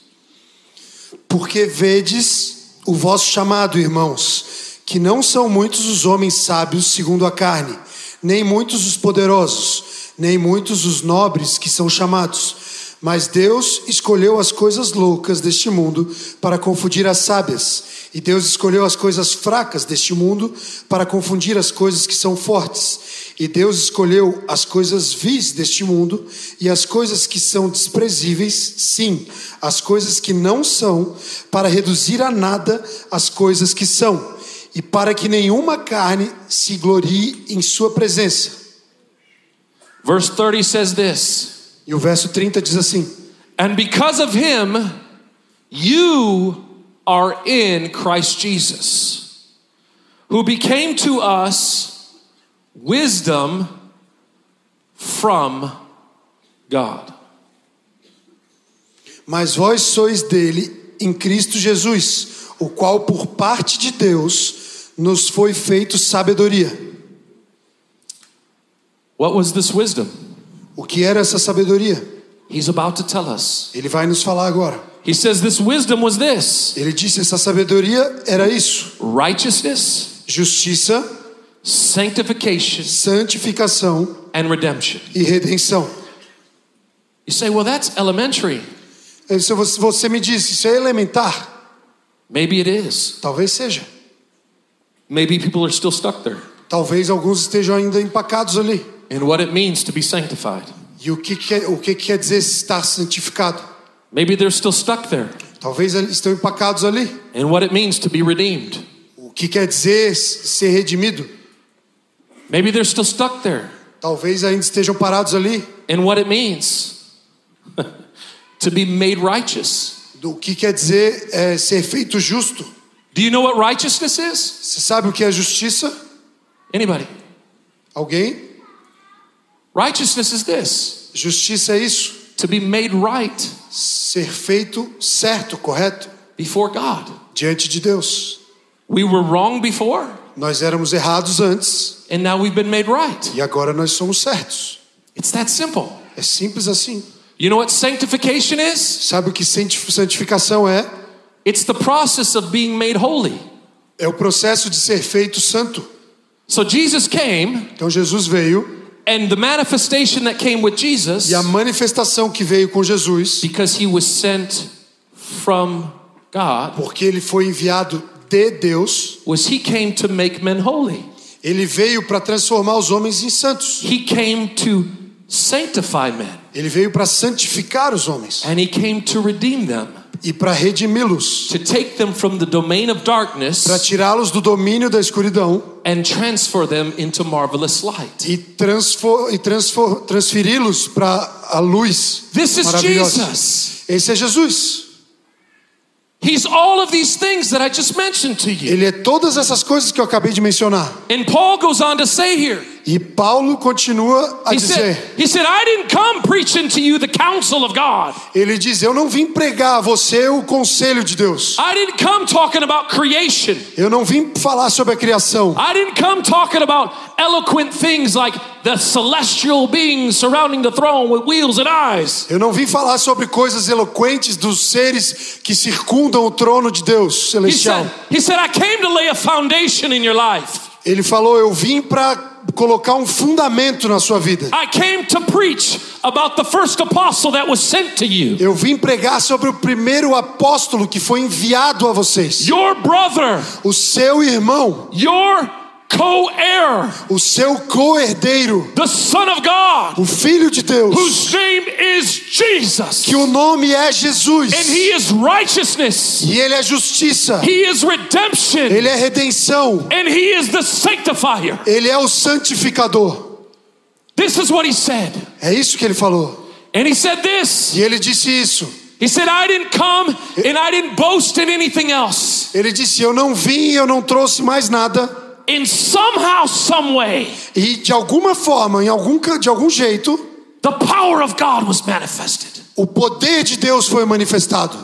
Porque vedes o vosso chamado, irmãos, que não são muitos os homens sábios segundo a carne, nem muitos os poderosos, nem muitos os nobres que são chamados. Mas Deus escolheu as coisas loucas deste mundo para confundir as sábias, e Deus escolheu as coisas fracas deste mundo para confundir as coisas que são fortes. E Deus escolheu as coisas vis deste mundo e as coisas que são desprezíveis, sim, as coisas que não são, para reduzir a nada as coisas que são, e para que nenhuma carne se glorie em sua presença. Verse 30 says this. E o verso 30 diz assim: And because of him, you are in Christ Jesus, who became to us wisdom from God. Mas vós sois dele em Cristo Jesus, o qual por parte de Deus nos foi feito sabedoria. What was this wisdom? O que era essa sabedoria? He's about to tell us. Ele vai nos falar agora. He says this wisdom was this Ele disse essa sabedoria era isso: righteousness, justiça, sanctification, santificação and redemption. e redenção. You say, well, that's elementary. Aí Se você você me disse, isso é elementar? Maybe it is. Talvez seja. Maybe people are still stuck there Talvez alguns estejam ainda empacados ali. in what it means to be sanctified. E o que quer, o que quer dizer estar santificado? Maybe they're still stuck there Talvez eles estão empacados ali. in what it means to be redeemed. O que quer dizer s- ser redimido? Maybe they're still stuck there Talvez ainda estejam parados ali. in what it means to be made righteous. Do que quer dizer é, ser feito justo? Do you know what righteousness is? Você sabe o que é justiça? Anybody? Alguém? Righteousness is this Justiça é isso. to be made right Ser feito certo, correto, before God. diante de Deus. We were wrong before, Nós éramos errados antes and now we've been made right. e agora nós somos certos. It's that simple. É simples assim. You know what sanctification is? Sabe o que santi- santificação é? It's the process of being made holy. É o processo de ser feito santo. So Jesus came, Então Jesus veio and the manifestation that came with Jesus e a manifestação que veio com Jesus, because he was sent from God porque ele foi enviado de Deus, was he came to make men holy. ele veio para transformar os homens em santos. He came to sanctify men Ele veio para santificar os homens and he came to redeem them, e para redimi-los, to take them from the domain of para darkness tirá-los do domínio da escuridão and transfer them into marvelous light. e, transfor- e transfor- transferi-los para a luz. This is maravilhosa. Jesus. Esse é Jesus. He's all of these things that I just mentioned to you. Ele é todas essas coisas que eu acabei de mencionar. And Paul goes on to say here, E Paulo continua a he said, dizer. he said, I didn't come preaching to you the counsel of God. Ele diz: Eu não vim pregar a você o conselho de Deus. I didn't come talking about creation. Eu não vim falar sobre a criação. I didn't come talking about eloquent things like the celestial beings surrounding the throne with wheels and eyes. Eu não vim falar sobre coisas eloquentes dos seres que circundam o trono de Deus He celestial. said, he said, I came to lay a foundation in your life. Ele falou: Eu vim para colocar um fundamento na sua vida. I came to preach about the first apostle that was sent to you. Eu vim pregar sobre o primeiro apóstolo que foi enviado a vocês. Your brother, O seu irmão, your co heir, o seu co-herdeiro, the Son of God, o Filho de Deus, whose name is Jesus. que o nome é Jesus. And he is righteousness, E ele é justiça, he is redemption, ele é redenção, and he is the sanctifier. ele é o santificador. This is what he said. É isso que ele falou. And he said this E ele disse isso. He said, I didn't come and I didn't boast in anything else. Ele disse: Eu não vim, eu não trouxe mais nada. In somehow, some way, E de alguma forma, em algum, ca- de algum jeito, the power of God was manifested. o poder de Deus foi manifestado.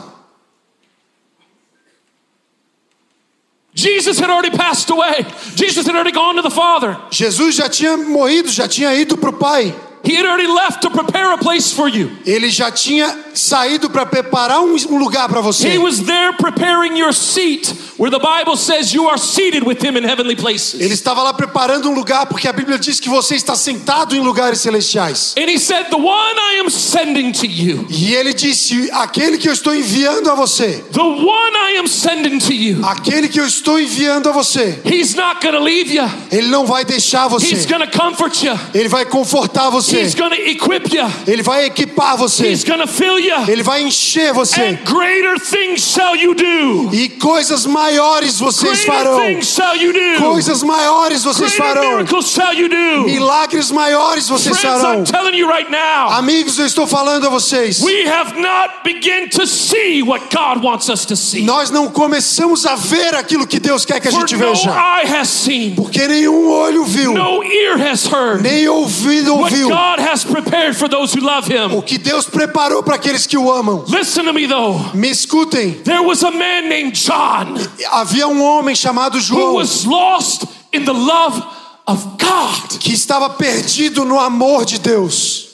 Jesus had already passed away. Jesus had already gone to the Father. Jesus já tinha morrido, já tinha ido para o Pai. He had already left to prepare a place for you. Ele já tinha saído para preparar um um lugar para você. He was there preparing your seat, where the Bible says you are seated with Him in heavenly places. Ele estava lá preparando um lugar, porque a Bíblia diz que você está sentado em lugares celestiais. And He said, The one I am sending to you, E ele disse: Aquele que eu estou enviando a você, the one I am sending to you, aquele que eu estou enviando a você, He's not going to leave you. ele não vai deixar He's você, going to comfort you. ele vai confortar você, He's going to equip you. ele vai equipar você, He's going to fill you. ele vai encher você. And greater things shall you do. E coisas maiores vocês Greater farão, things shall you do. coisas maiores vocês Greater farão, miracles shall you do. milagres maiores vocês Friends, I'm farão. telling you right now, Amigos, eu estou falando a vocês. we have not begun to see what God wants us to see. Nós não começamos a ver aquilo que Deus quer que a For gente no veja. eye has seen, Porque nenhum olho viu, no ear has heard nem ouvido what ouviu God has prepared for those who love Him. o que Deus preparou para aqueles que o amam. Listen to me though. Me escutem. There was a man named John Havia um homem chamado who João was lost in the love of God. que estava perdido no amor de Deus.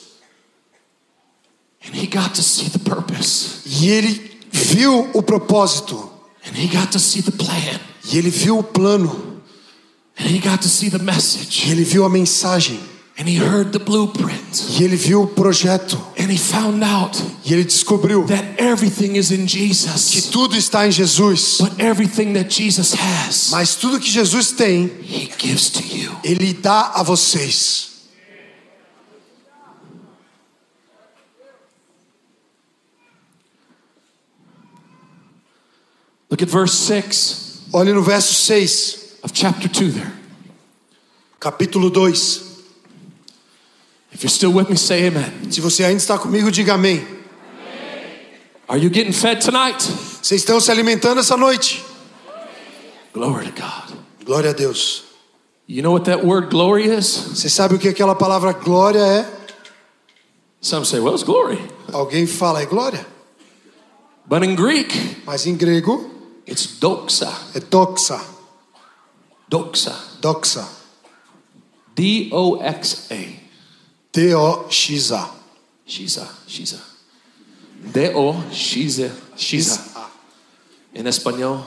And he got to see the purpose. E ele viu o propósito. And he got to see the plan. E ele viu o plano. And he got to see the E message. ele viu a mensagem. And he heard the blueprint. E ele viu o projeto. And he found out E ele descobriu that everything is in que Jesus. tudo está em Jesus. But everything that Jesus has, Mas tudo que Jesus tem, he gives to you. ele dá a vocês. Look at verse 6 Olhe no verso 6. of chapter 2 there. capítulo 2. If you're still with me, say amen. Se você ainda está comigo, diga amém. Are you getting fed tonight? Vocês estão se alimentando essa noite? Glory to God. Glória a Deus. You know what that word glory is? Você sabe o que aquela palavra glória é? Some say, well, it's glory. Alguém fala é glória, But in Greek, mas em grego it's doxa. é doxa, Doxa. doxa, D O X A. D-O-X-A. Shiza, Shiza. D-O, Shiza, Shiza. Em espanhol,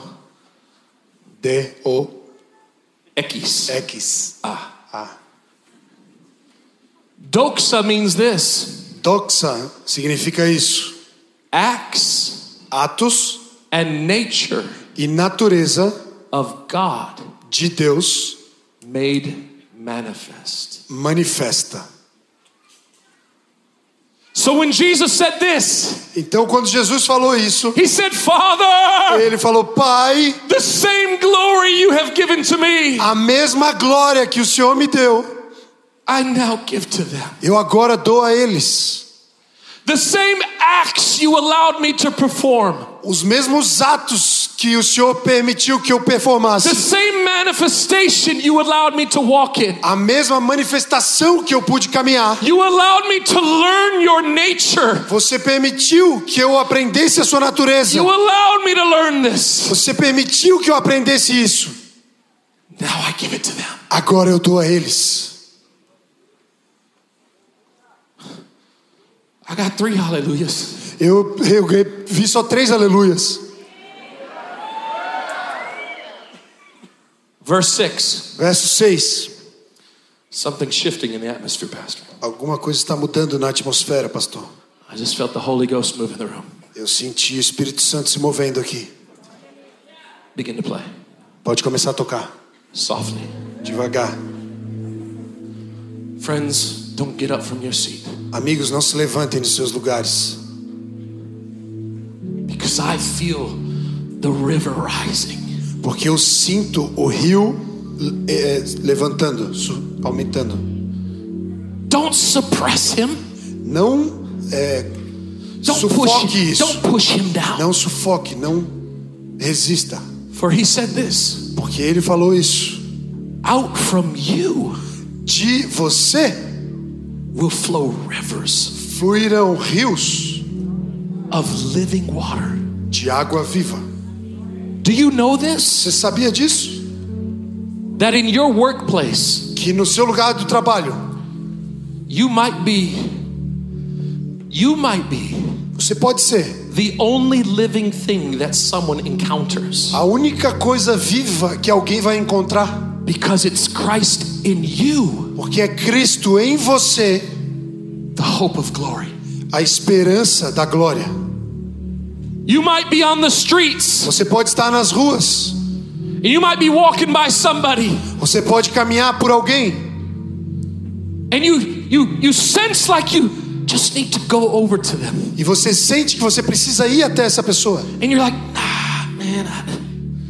X. D-O-X-A. Ah. Doxa means this Doxa significa isso. acts Atos and nature e natureza of God de Deus made manifest. manifesta. So when Jesus said this, Então, quando Jesus falou isso, he said, Father, ele falou: Pai, the same glory you have given to me, A mesma glória que o Senhor me deu, I now give to them. eu agora dou a eles. The same acts you allowed me to perform. Os mesmos atos que o Senhor permitiu que eu The performasse. same manifestation you allowed me to walk in. A mesma manifestação que eu pude caminhar. You allowed me to learn your nature. Você permitiu que eu aprendesse a sua natureza. You allowed me to learn this. Você permitiu que eu aprendesse isso. Now I give it to them. Agora eu dou a eles. I got three hallelujahs. Eu, eu vi só três aleluias. Verse 6. Verso 6. Something's shifting in the atmosphere, Pastor. Alguma coisa está mudando na atmosfera, pastor. I just felt the Holy Ghost move in the room. Eu senti o Espírito Santo se movendo aqui. Begin to play Pode começar a tocar. softly. devagar. Friends, don't get up from your seat Amigos, não se levantem de seus lugares, because I feel the river rising. porque eu sinto o rio eh, eh, levantando, su- aumentando. Don't suppress him. Não eh, Don't push sufoque him. isso. Don't push him down. Não sufoque, não resista. For he said this, Porque ele falou isso. out from you De você will flow rivers fluirão rios of living water. de água viva. Do you know this? Você sabia disso? That in your workplace, Que no seu lugar do trabalho, you might be you might be você pode ser the only living thing that someone encounters a única coisa viva que alguém vai encontrar. because it's Christ in you, Porque é Cristo em você the hope of glory. a esperança da glória. You might be on the streets, Você pode estar nas ruas, and you might be walking by somebody, você pode caminhar por alguém and you you you sense like you just need to go over to them. e você sente que você precisa ir até essa pessoa. And you're like, nah, man. I-"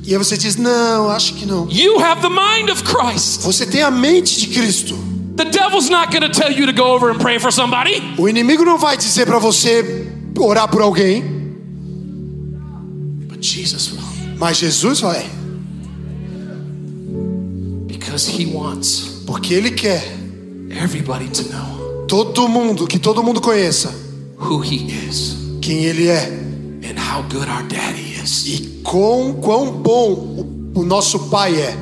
E aí você diz: Não, acho que não. You have the mind of Christ. Você tem a mente de Cristo. The devil's not going to tell you to go over and pray for somebody. O inimigo não vai dizer para você orar por alguém, But Jesus will. mas Jesus vai, Because he wants porque ele quer everybody to know todo mundo, que todo mundo conheça who he is quem ele é and how good our daddy is. e quão, quão bom o- o nosso pai é,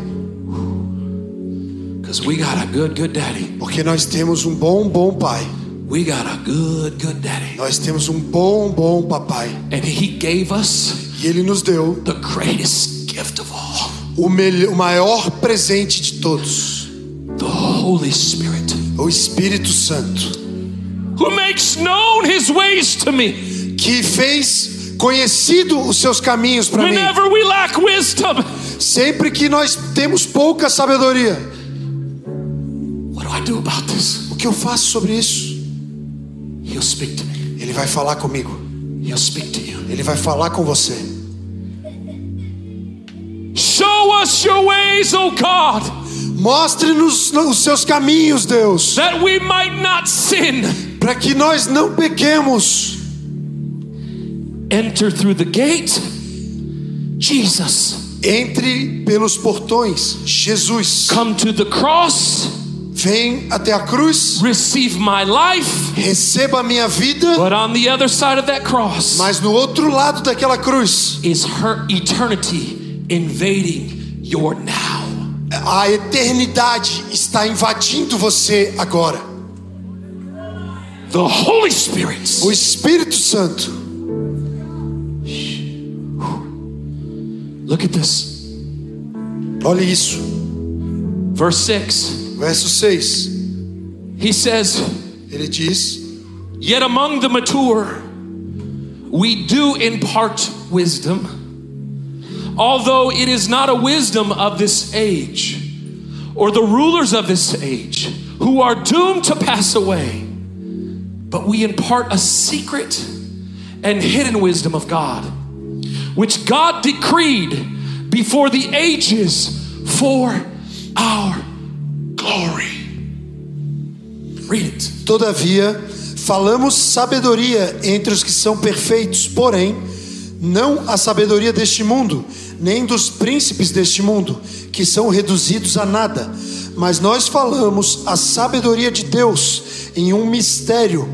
Because we got a good, good daddy. porque nós temos um bom, bom pai. We got a good, good daddy. Nós temos um bom, bom papai. And he gave us E ele nos deu the greatest gift of all o, mel- o maior presente de todos, the Holy Spirit, o Espírito Santo, who makes known his ways to me. que fez conhecido os seus caminhos para mim. Whenever we lack wisdom, Sempre que nós temos pouca sabedoria, what do I do about this? o que eu faço sobre isso? He'll speak to me. Ele vai falar comigo. He'll speak to you. Ele vai falar com você. Show us your ways, O God, Mostre-nos os seus caminhos, Deus, that we might not sin. para que nós não pequemos. Enter through the gate, Jesus. Entre pelos portões, Jesus. Come to the cross, Vem até a cruz, receive my life. receba a minha vida, But on the other side of that cross mas no outro lado daquela cruz, is her eternity invading your now. a eternidade está invadindo você agora. The Holy Spirit O Espírito Santo, Look at this. olha isso. Verse 6. Verso 6, He says, ele diz: Yet among the mature, we do impart wisdom, although it is not a wisdom of this age, or the rulers of this age, who are doomed to pass away. But we impart a secret and hidden wisdom of God, which God decreed before the ages for our glory. Read it. Todavia, falamos sabedoria entre os que são perfeitos, porém, não a sabedoria deste mundo, nem dos príncipes deste mundo, que são reduzidos a nada. Mas nós falamos a sabedoria de Deus em um mistério,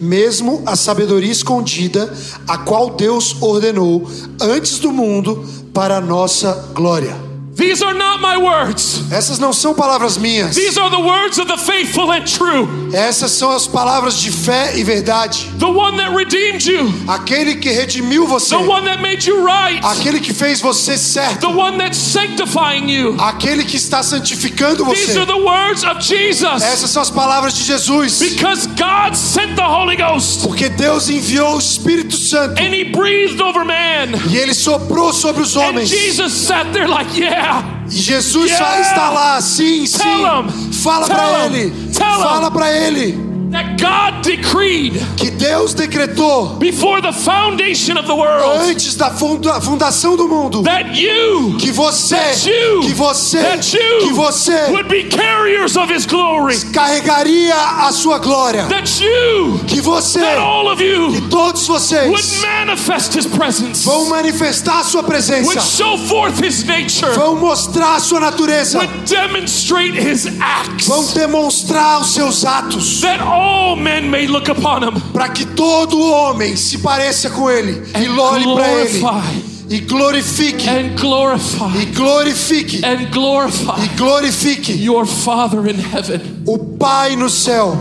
mesmo a sabedoria escondida, a qual Deus ordenou antes do mundo para a nossa glória. These are not my words. Essas não são palavras minhas. These are the words of the faithful and true, Essas são as palavras de fé e verdade. the one that redeemed you, Aquele que redimiu você, the one that made you right, aquele que fez você certo, the one that's sanctifying you. aquele que está santificando These você. are the words of Jesus Essas são as palavras de Jesus. because God sent the Holy Ghost Porque Deus enviou o Espírito Santo and He breathed over man. e ele soprou sobre os And homens. Jesus sat there like, yeah, E Jesus já Yeah! está lá, sim, sim. Tell him. Fala Tell para him. ele. Tell him. Fala para ele that God decreed que Deus decretou before the foundation of the world antes da funda- fundação do mundo that you que você, that you que você, that you que você would be carriers of his glory carregaria a sua glória, that you que você, that all of you que todos would vocês manifest his presence vão manifestar a sua would presença, show forth his nature vão mostrar a sua natureza, would demonstrate his acts vão demonstrar os seus atos. that all men may look upon him para que todo homem se pareça com ele e and olhe para ele glorify e glorifique and glorify e glorifique and glorify e glorifique your father in heaven o Pai no céu.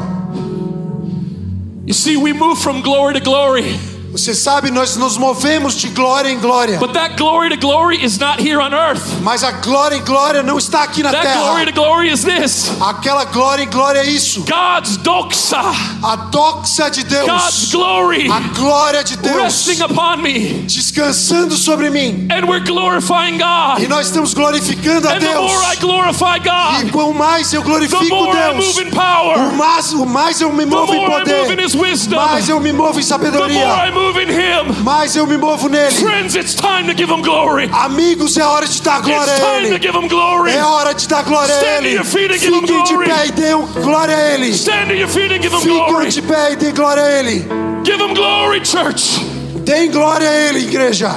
you see we move from glory to glory Você sabe, nós nos movemos de glória em glória, but that glory to glory is not here on earth mas a glória em glória não está aqui na that glory terra. to glory is this Aquela glória em glória é isso, God's doxa a doxa de God's Deus, glory a glória de Deus resting upon me descansando sobre mim. and we're glorifying E God nós estamos glorificando a and the Deus. more I glorify E God quanto mais eu the glorifico more I Deus, move in power o mais, o mais eu me the movo em more I move in poder. his wisdom Mas the eu me movo em more I sabedoria. move in him Mas eu me movo nele. friends it's time to give him glory Amigos, é hora de dar glória It's a time to ele. give him glory. É hora de dar glória a Stand to ele. your feet and give him Fiquem de glory. pé e dêem glória a ele. Stand to your feet and give him Fiquem glory. de pé e dêem glória a ele. Give him glory, church. Deem glória a ele, igreja.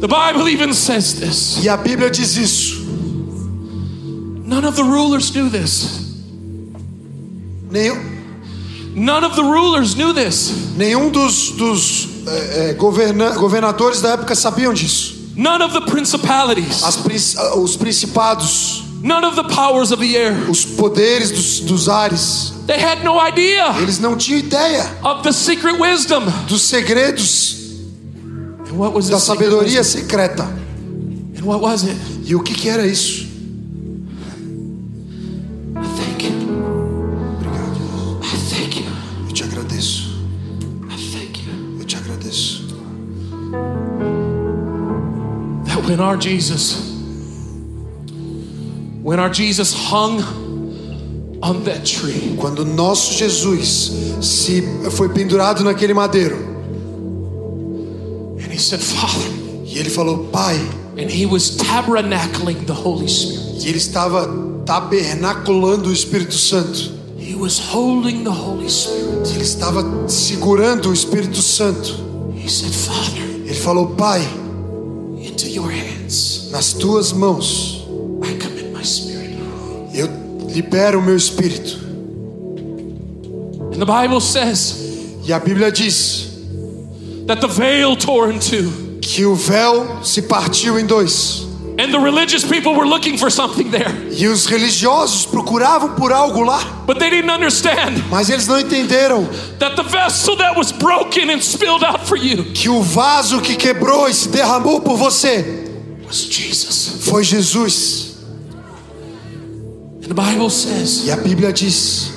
The Bible even says this. E a Bíblia diz isso. None of the rulers knew this. Nenhum, None of the rulers knew this. nenhum dos, dos é, é, governa- governadores da época sabiam disso. None of the principalities. As princ- ah, os principados, None of the powers of the air. os poderes dos, dos ares, They had no idea eles não tinham ideia of the secret wisdom. dos segredos And what was da the secret sabedoria wisdom? secreta. And what was it? E o que, que era isso? I thank you. Obrigado. I thank you. Eu te agradeço. I thank you. Eu te agradeço. That when our Jesus, when our Jesus hung on that tree, Quando nosso Jesus se foi pendurado naquele madeiro And he said, Father. e ele falou Pai, And he was tabernacling the Holy Spirit. e ele estava tabernaculando o Espírito Santo. He was holding the Holy Spirit. Ele estava segurando o Espírito Santo. He said, Father, Ele falou Pai, into your hands nas tuas mãos I commit my spirit. eu libero o meu espírito. And the Bible says E a Bíblia diz that the veil tore in two. que o véu se partiu em dois. And the religious people were looking for something there, E os religiosos procuravam por algo lá, but they didn't understand mas eles não entenderam that the vessel that was broken and spilled out for you que o vaso que quebrou e se derramou por você was Jesus. foi Jesus. And the Bible says E a Bíblia diz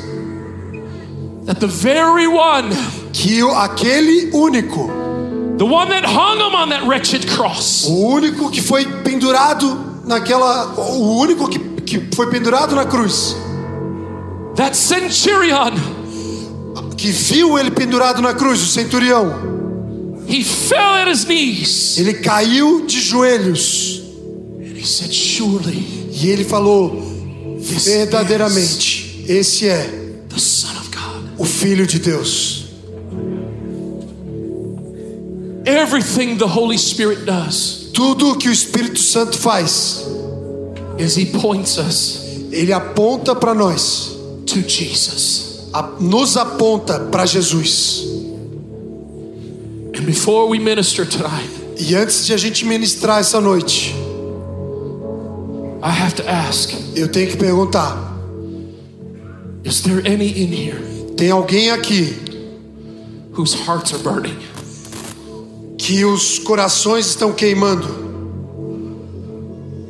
that the very one, que o- aquele único, the one that hung him on that wretched cross, o único que foi pendurado naquela, o único que, que foi pendurado na cruz, that centurion, que viu ele pendurado na cruz, o centurião, He fell at his knees ele caiu de joelhos and he said, Surely e ele falou this is verdadeiramente, esse é the Son of God. o Filho de Deus. Everything the Holy Spirit does Tudo o que o Espírito Santo faz, is he points us ele aponta para nós. to Jesus. a- nos aponta para Jesus. And before we minister tonight, E antes de a gente ministrar essa noite, I have to ask eu tenho que perguntar: Is there any in here tem alguém aqui whose hearts are burning? que os corações estão queimando?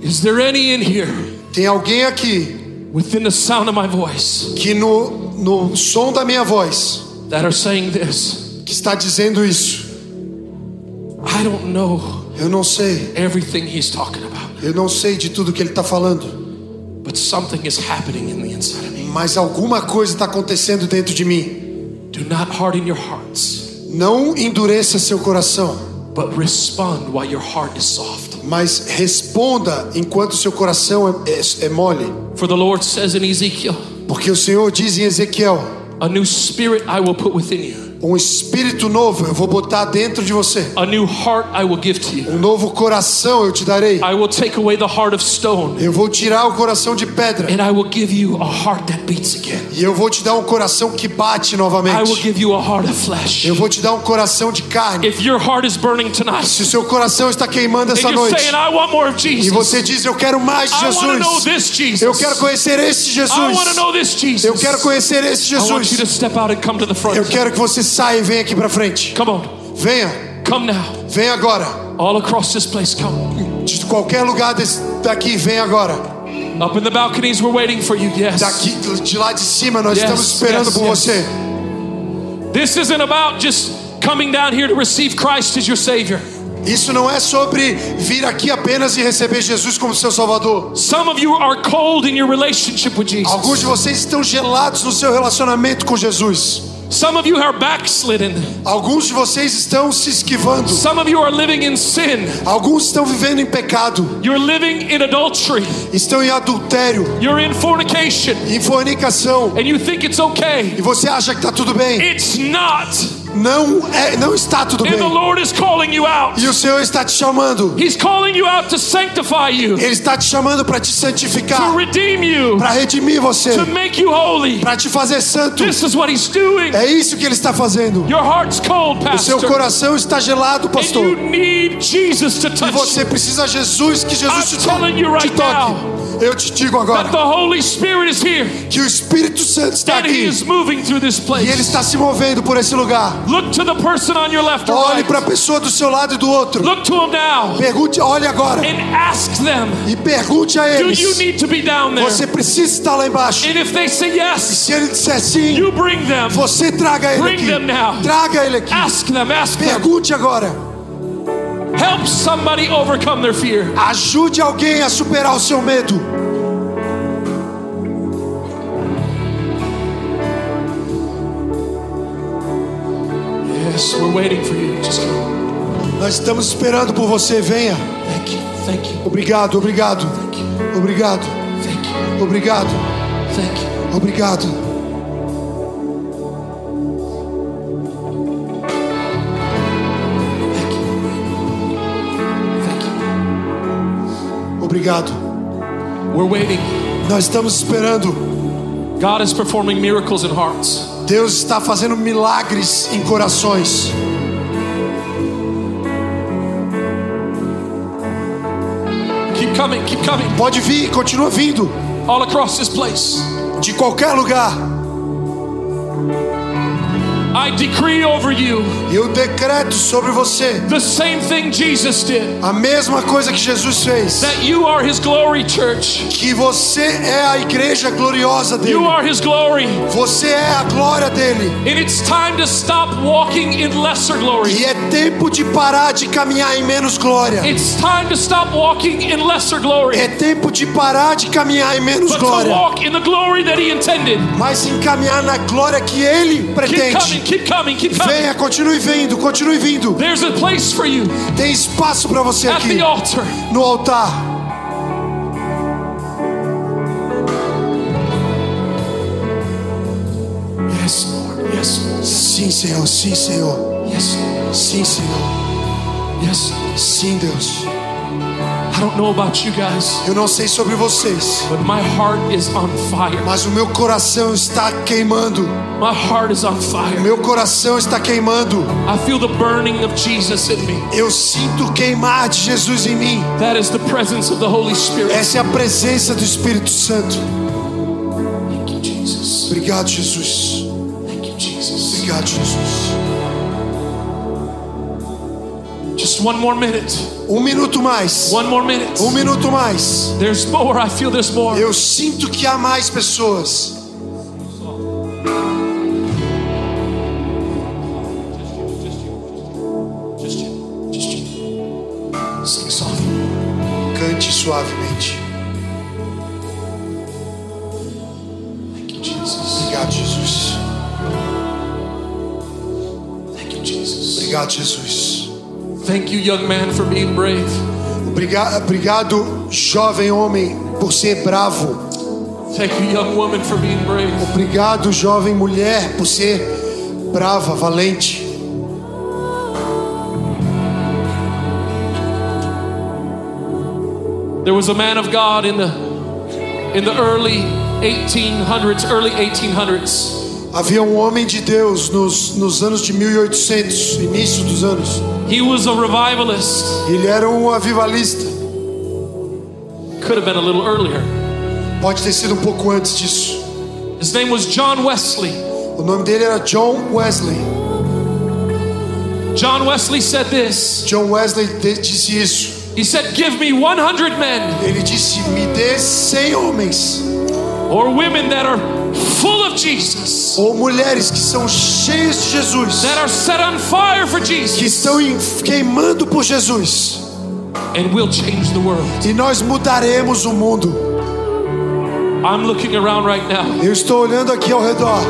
Is there any in here Tem alguém aqui within the sound of my voice que no, no som da minha voz that are saying this? que está dizendo isso? I don't know Eu não sei, everything he's talking about, eu não sei de tudo que ele está falando, but something is happening in the inside of me. mas alguma coisa está acontecendo dentro de mim. Do not harden your hearts, Não endureça seu coração, but respond while your heart is soft. mas responda enquanto seu coração é, é- é mole. For the Lord says in Ezekiel, Porque o Senhor diz em Ezequiel: A new spirit I will put within you, um espírito novo eu vou botar dentro de você, a new heart I will give to you. um novo coração eu te darei. I will take away the heart of stone, Eu vou tirar o coração de pedra and I will give you a heart that beats again. e eu vou te dar um coração que bate I will novamente. give you a heart of flesh. Eu vou te dar um coração de carne. If your heart is burning tonight, Se o seu coração está queimando and essa you're noite saying, I want more of e Jesus, você diz eu quero mais de I want to know Jesus, this Jesus. eu quero conhecer esse I Jesus, want to know this Jesus. eu quero conhecer esse I want you to Jesus. step out and come to the front. Eu quero que você saia e venha aqui pra frente. Come on. Venha, Come now. venha agora. All across this place, come. De qualquer lugar desse, daqui, venha agora. Up in the balconies, we're waiting for you. Yes. Daqui, de lá de cima, nós Yes, estamos esperando yes, por yes. você. This isn't about just coming down here to receive Christ as your Savior. Isso não é sobre vir aqui apenas e receber Jesus como seu Salvador. Some of you are cold in your relationship with Jesus. Alguns de vocês estão gelados no seu relacionamento com Jesus. Some of you are backslidden. Alguns de vocês estão se esquivando. Some of you are living in sin. Alguns estão vivendo em pecado, You're living in adultery. estão em adultério, You're in fornication. em fornicação. And you think it's okay. E você acha que está tudo bem? It's not. Não é, não está tudo And the bem. Lord is calling you out. E o Senhor está te chamando. He's calling you out to sanctify you, Ele está te chamando para te to santificar, redeem you, para redimir você, to make you holy. para te fazer santo. This is what he's doing. É isso que ele está fazendo. Your heart's cold, O seu Pastor. coração está gelado, And you pastor. need Jesus to E touch você you. precisa de Jesus, que Jesus te I'm telling you te right now toque. Eu te digo agora. that the Holy Spirit is here que o Espírito Santo está and he aqui is moving through this e ele place. está se movendo por esse lugar. Look to the person on your left or Olhe para a right. pessoa do seu lado e do outro. Look to him now Pergunte, olhe agora and ask them, e pergunte a do eles. you need to be down there? Você precisa estar lá embaixo. And if they say yes, Se ele disser sim, you bring them. você traga ele Bring them now. aqui. Traga ele aqui. Ask them, ask them. Pergunte agora. Help somebody overcome their fear. Ajude alguém a superar o seu medo. Yes, we're waiting for you. Just come. Nós estamos esperando por você. Venha. Thank you, thank you, Obrigado, obrigado. Obrigado, thank you, obrigado, thank you. obrigado. Thank you. Thank Obrigado. you. We're waiting. Nós estamos esperando. God is performing miracles in hearts. Deus está fazendo milagres em corações. Keep coming, keep coming. Pode vir, continua vindo All across this place. de qualquer lugar. I decree over you Eu decreto sobre você the same thing Jesus did. a mesma coisa que Jesus fez. That you are his glory, church. Que você é a igreja gloriosa You dele. are his glory. And Você é a glória dele. it's time to stop walking in lesser glory. E é tempo de parar de caminhar em menos glória. It's time to stop walking in lesser glory. É tempo de parar de caminhar em menos But to glória, walk in the glory that he intended. mas encaminhar na glória que ele Keep coming, pretende. keep coming, keep coming. Venha, continue vindo, continue vindo. There's a place for you Tem espaço para você at aqui the altar. no altar. Yes, Lord. Yes, Lord. Sim, Senhor, sim, Senhor. Yes, Lord. Sim, Senhor. Yes. Sim, Deus. I don't know about you guys, Eu não sei sobre vocês, but my heart is on fire. mas o meu coração está queimando. My heart is on fire. Meu coração está queimando. I feel the burning of Jesus in me. Eu sinto queimar de Jesus em mim. That is the presence of the Holy Spirit. Essa é a presença do Espírito Santo. Thank you, Jesus. Obrigado, Jesus. Thank you, Jesus. Obrigado, Jesus. Just one more minute. Um minuto mais. One more minute. Um minuto mais. There's more. I feel there's more. Eu sinto que há mais pessoas. Just you. Just you. suavemente. Thank you, Jesus. Obrigado, Jesus. Thank you, Jesus. Obrigado, Jesus. Thank you, young man, for being brave. Obriga- Obrigado, jovem homem, por ser bravo. Thank you, young woman, for being brave. Obrigado, jovem mulher, por ser brava, valente. There was a man of God in the in the early 1800s, early 1800s. Havia um homem de Deus nos, nos anos de 1800, início dos anos. He was a revivalist. Ele era um avivalista. Could have been a little earlier. Pode ter sido um pouco antes disso. His name was John Wesley. O nome dele era John Wesley. John Wesley said this. John Wesley de- disse isso. He said, "Give me 100 men Ele disse: Me dê 100 homens or women that are full of Jesus, ou mulheres que são cheias de Jesus, that are set on fire for que Jesus, estão em- queimando por Jesus, and we'll change the world." e nós mudaremos o mundo. I'm looking around right now, Eu estou olhando aqui ao redor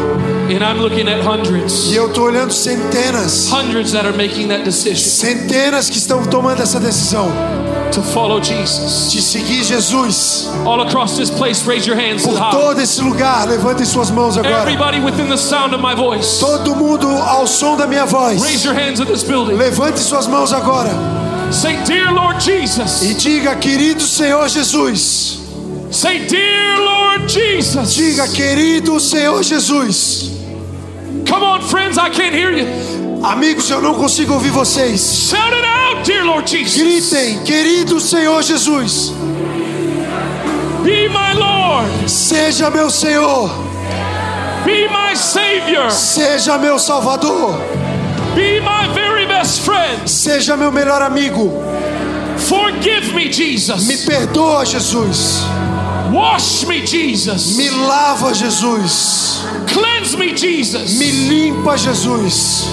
and I'm looking at e hundreds, eu estou olhando centenas, hundreds that are making that decision centenas que estão tomando essa decisão to follow Jesus. de seguir Jesus All across this place, raise your hands por high. todo esse lugar. Levantem suas mãos agora. Everybody within the sound of my voice, Todo mundo ao som da minha voz. raise your hands in this building. Levante suas mãos agora Say, Dear Lord e Jesus. diga, querido Senhor Jesus. Say, Dear Lord Jesus. Diga, querido Senhor Jesus. Come on, friends, I can't hear you. Amigos, eu não consigo ouvir vocês. Shout it out, Dear Lord Jesus. Gritem, querido Senhor Jesus. Be my Lord. Seja meu Senhor. Be my Savior. Seja meu Salvador. Be my very best friend. Seja meu melhor amigo. Forgive me, Me Jesus. perdoa, Jesus. Wash me, Jesus. Me lava, Jesus. Cleanse me, Jesus. Me limpa, Jesus.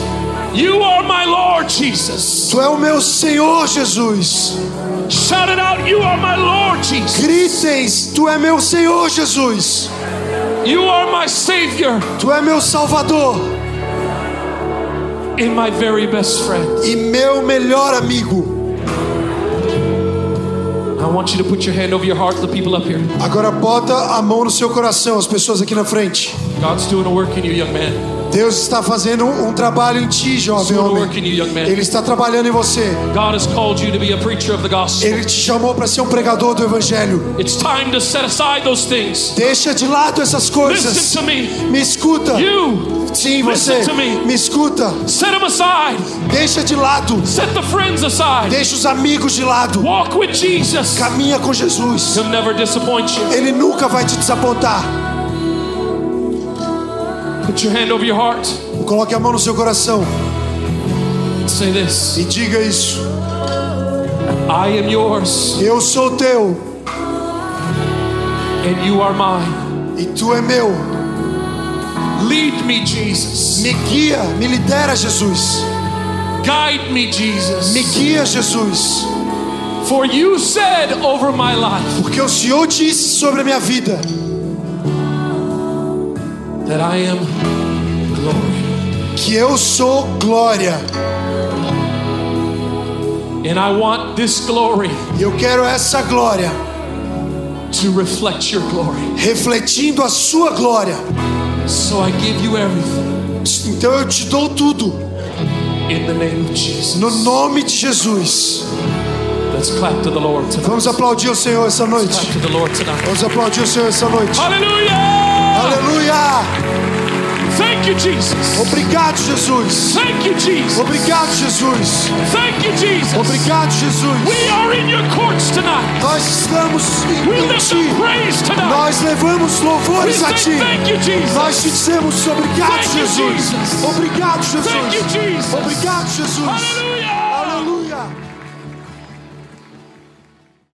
You are my Lord, Jesus. Tu é o meu Senhor, Jesus. Shout it out, You are my Lord, Jesus. Gritem, tu é meu Senhor, Jesus. You are my Savior Tu é meu Salvador. and my very best friend. e meu melhor amigo. I want you to put your hand over your heart, the people up here. Agora bota a mão no seu coração, as pessoas aqui na frente. God's doing a work in you, young man. Deus está fazendo um trabalho em ti, jovem Doing a homem. work in you, young man. Ele está trabalhando em você. God has called you to be a preacher of the gospel. Ele te chamou para ser um pregador do evangelho. It's time to set aside those things. Deixa de lado essas coisas. Listen to me. Me escuta. You Sim, você. Listen to me. Me escuta. set them aside. Deixa de lado. Set the friends aside. Deixa os amigos de lado. Walk with Jesus. Caminha com Jesus. He'll never disappoint you. Ele nunca vai te desapontar. Put your hand over your heart Coloque a mão no seu coração and say this e diga isso. I am yours, Eu sou teu and you are mine. e tu é meu. Lead me, Jesus. Me guia, me lidera, Jesus. Guide me, Me Jesus. guia, Jesus. For you said over my life Porque o Senhor disse sobre a minha vida that I am glory. que eu sou glória. And I want this glory E eu quero essa glória to reflect your glory. refletindo a sua glória. So I give you everything Então eu te dou tudo in the name of Jesus. no nome de Jesus. Let's clap to the Lord tonight. Vamos aplaudir o Senhor essa Clap noite. to the Lord tonight. Vamos aplaudir o Senhor essa noite. Hallelujah! Aleluia! Thank you, Jesus. Obrigado, Jesus. Thank you, Jesus. Obrigado, Jesus. Thank you, Jesus. Obrigado, Jesus. We are in your courts tonight. Nós estamos We em lift up ti. praise tonight. Nós levamos We louvores a say ti. thank you, Nós te Jesus. dizemos obrigado, Thank you, Jesus. Jesus. Obrigado, Jesus. Thank you, Jesus. Obrigado, Jesus. Hallelujah!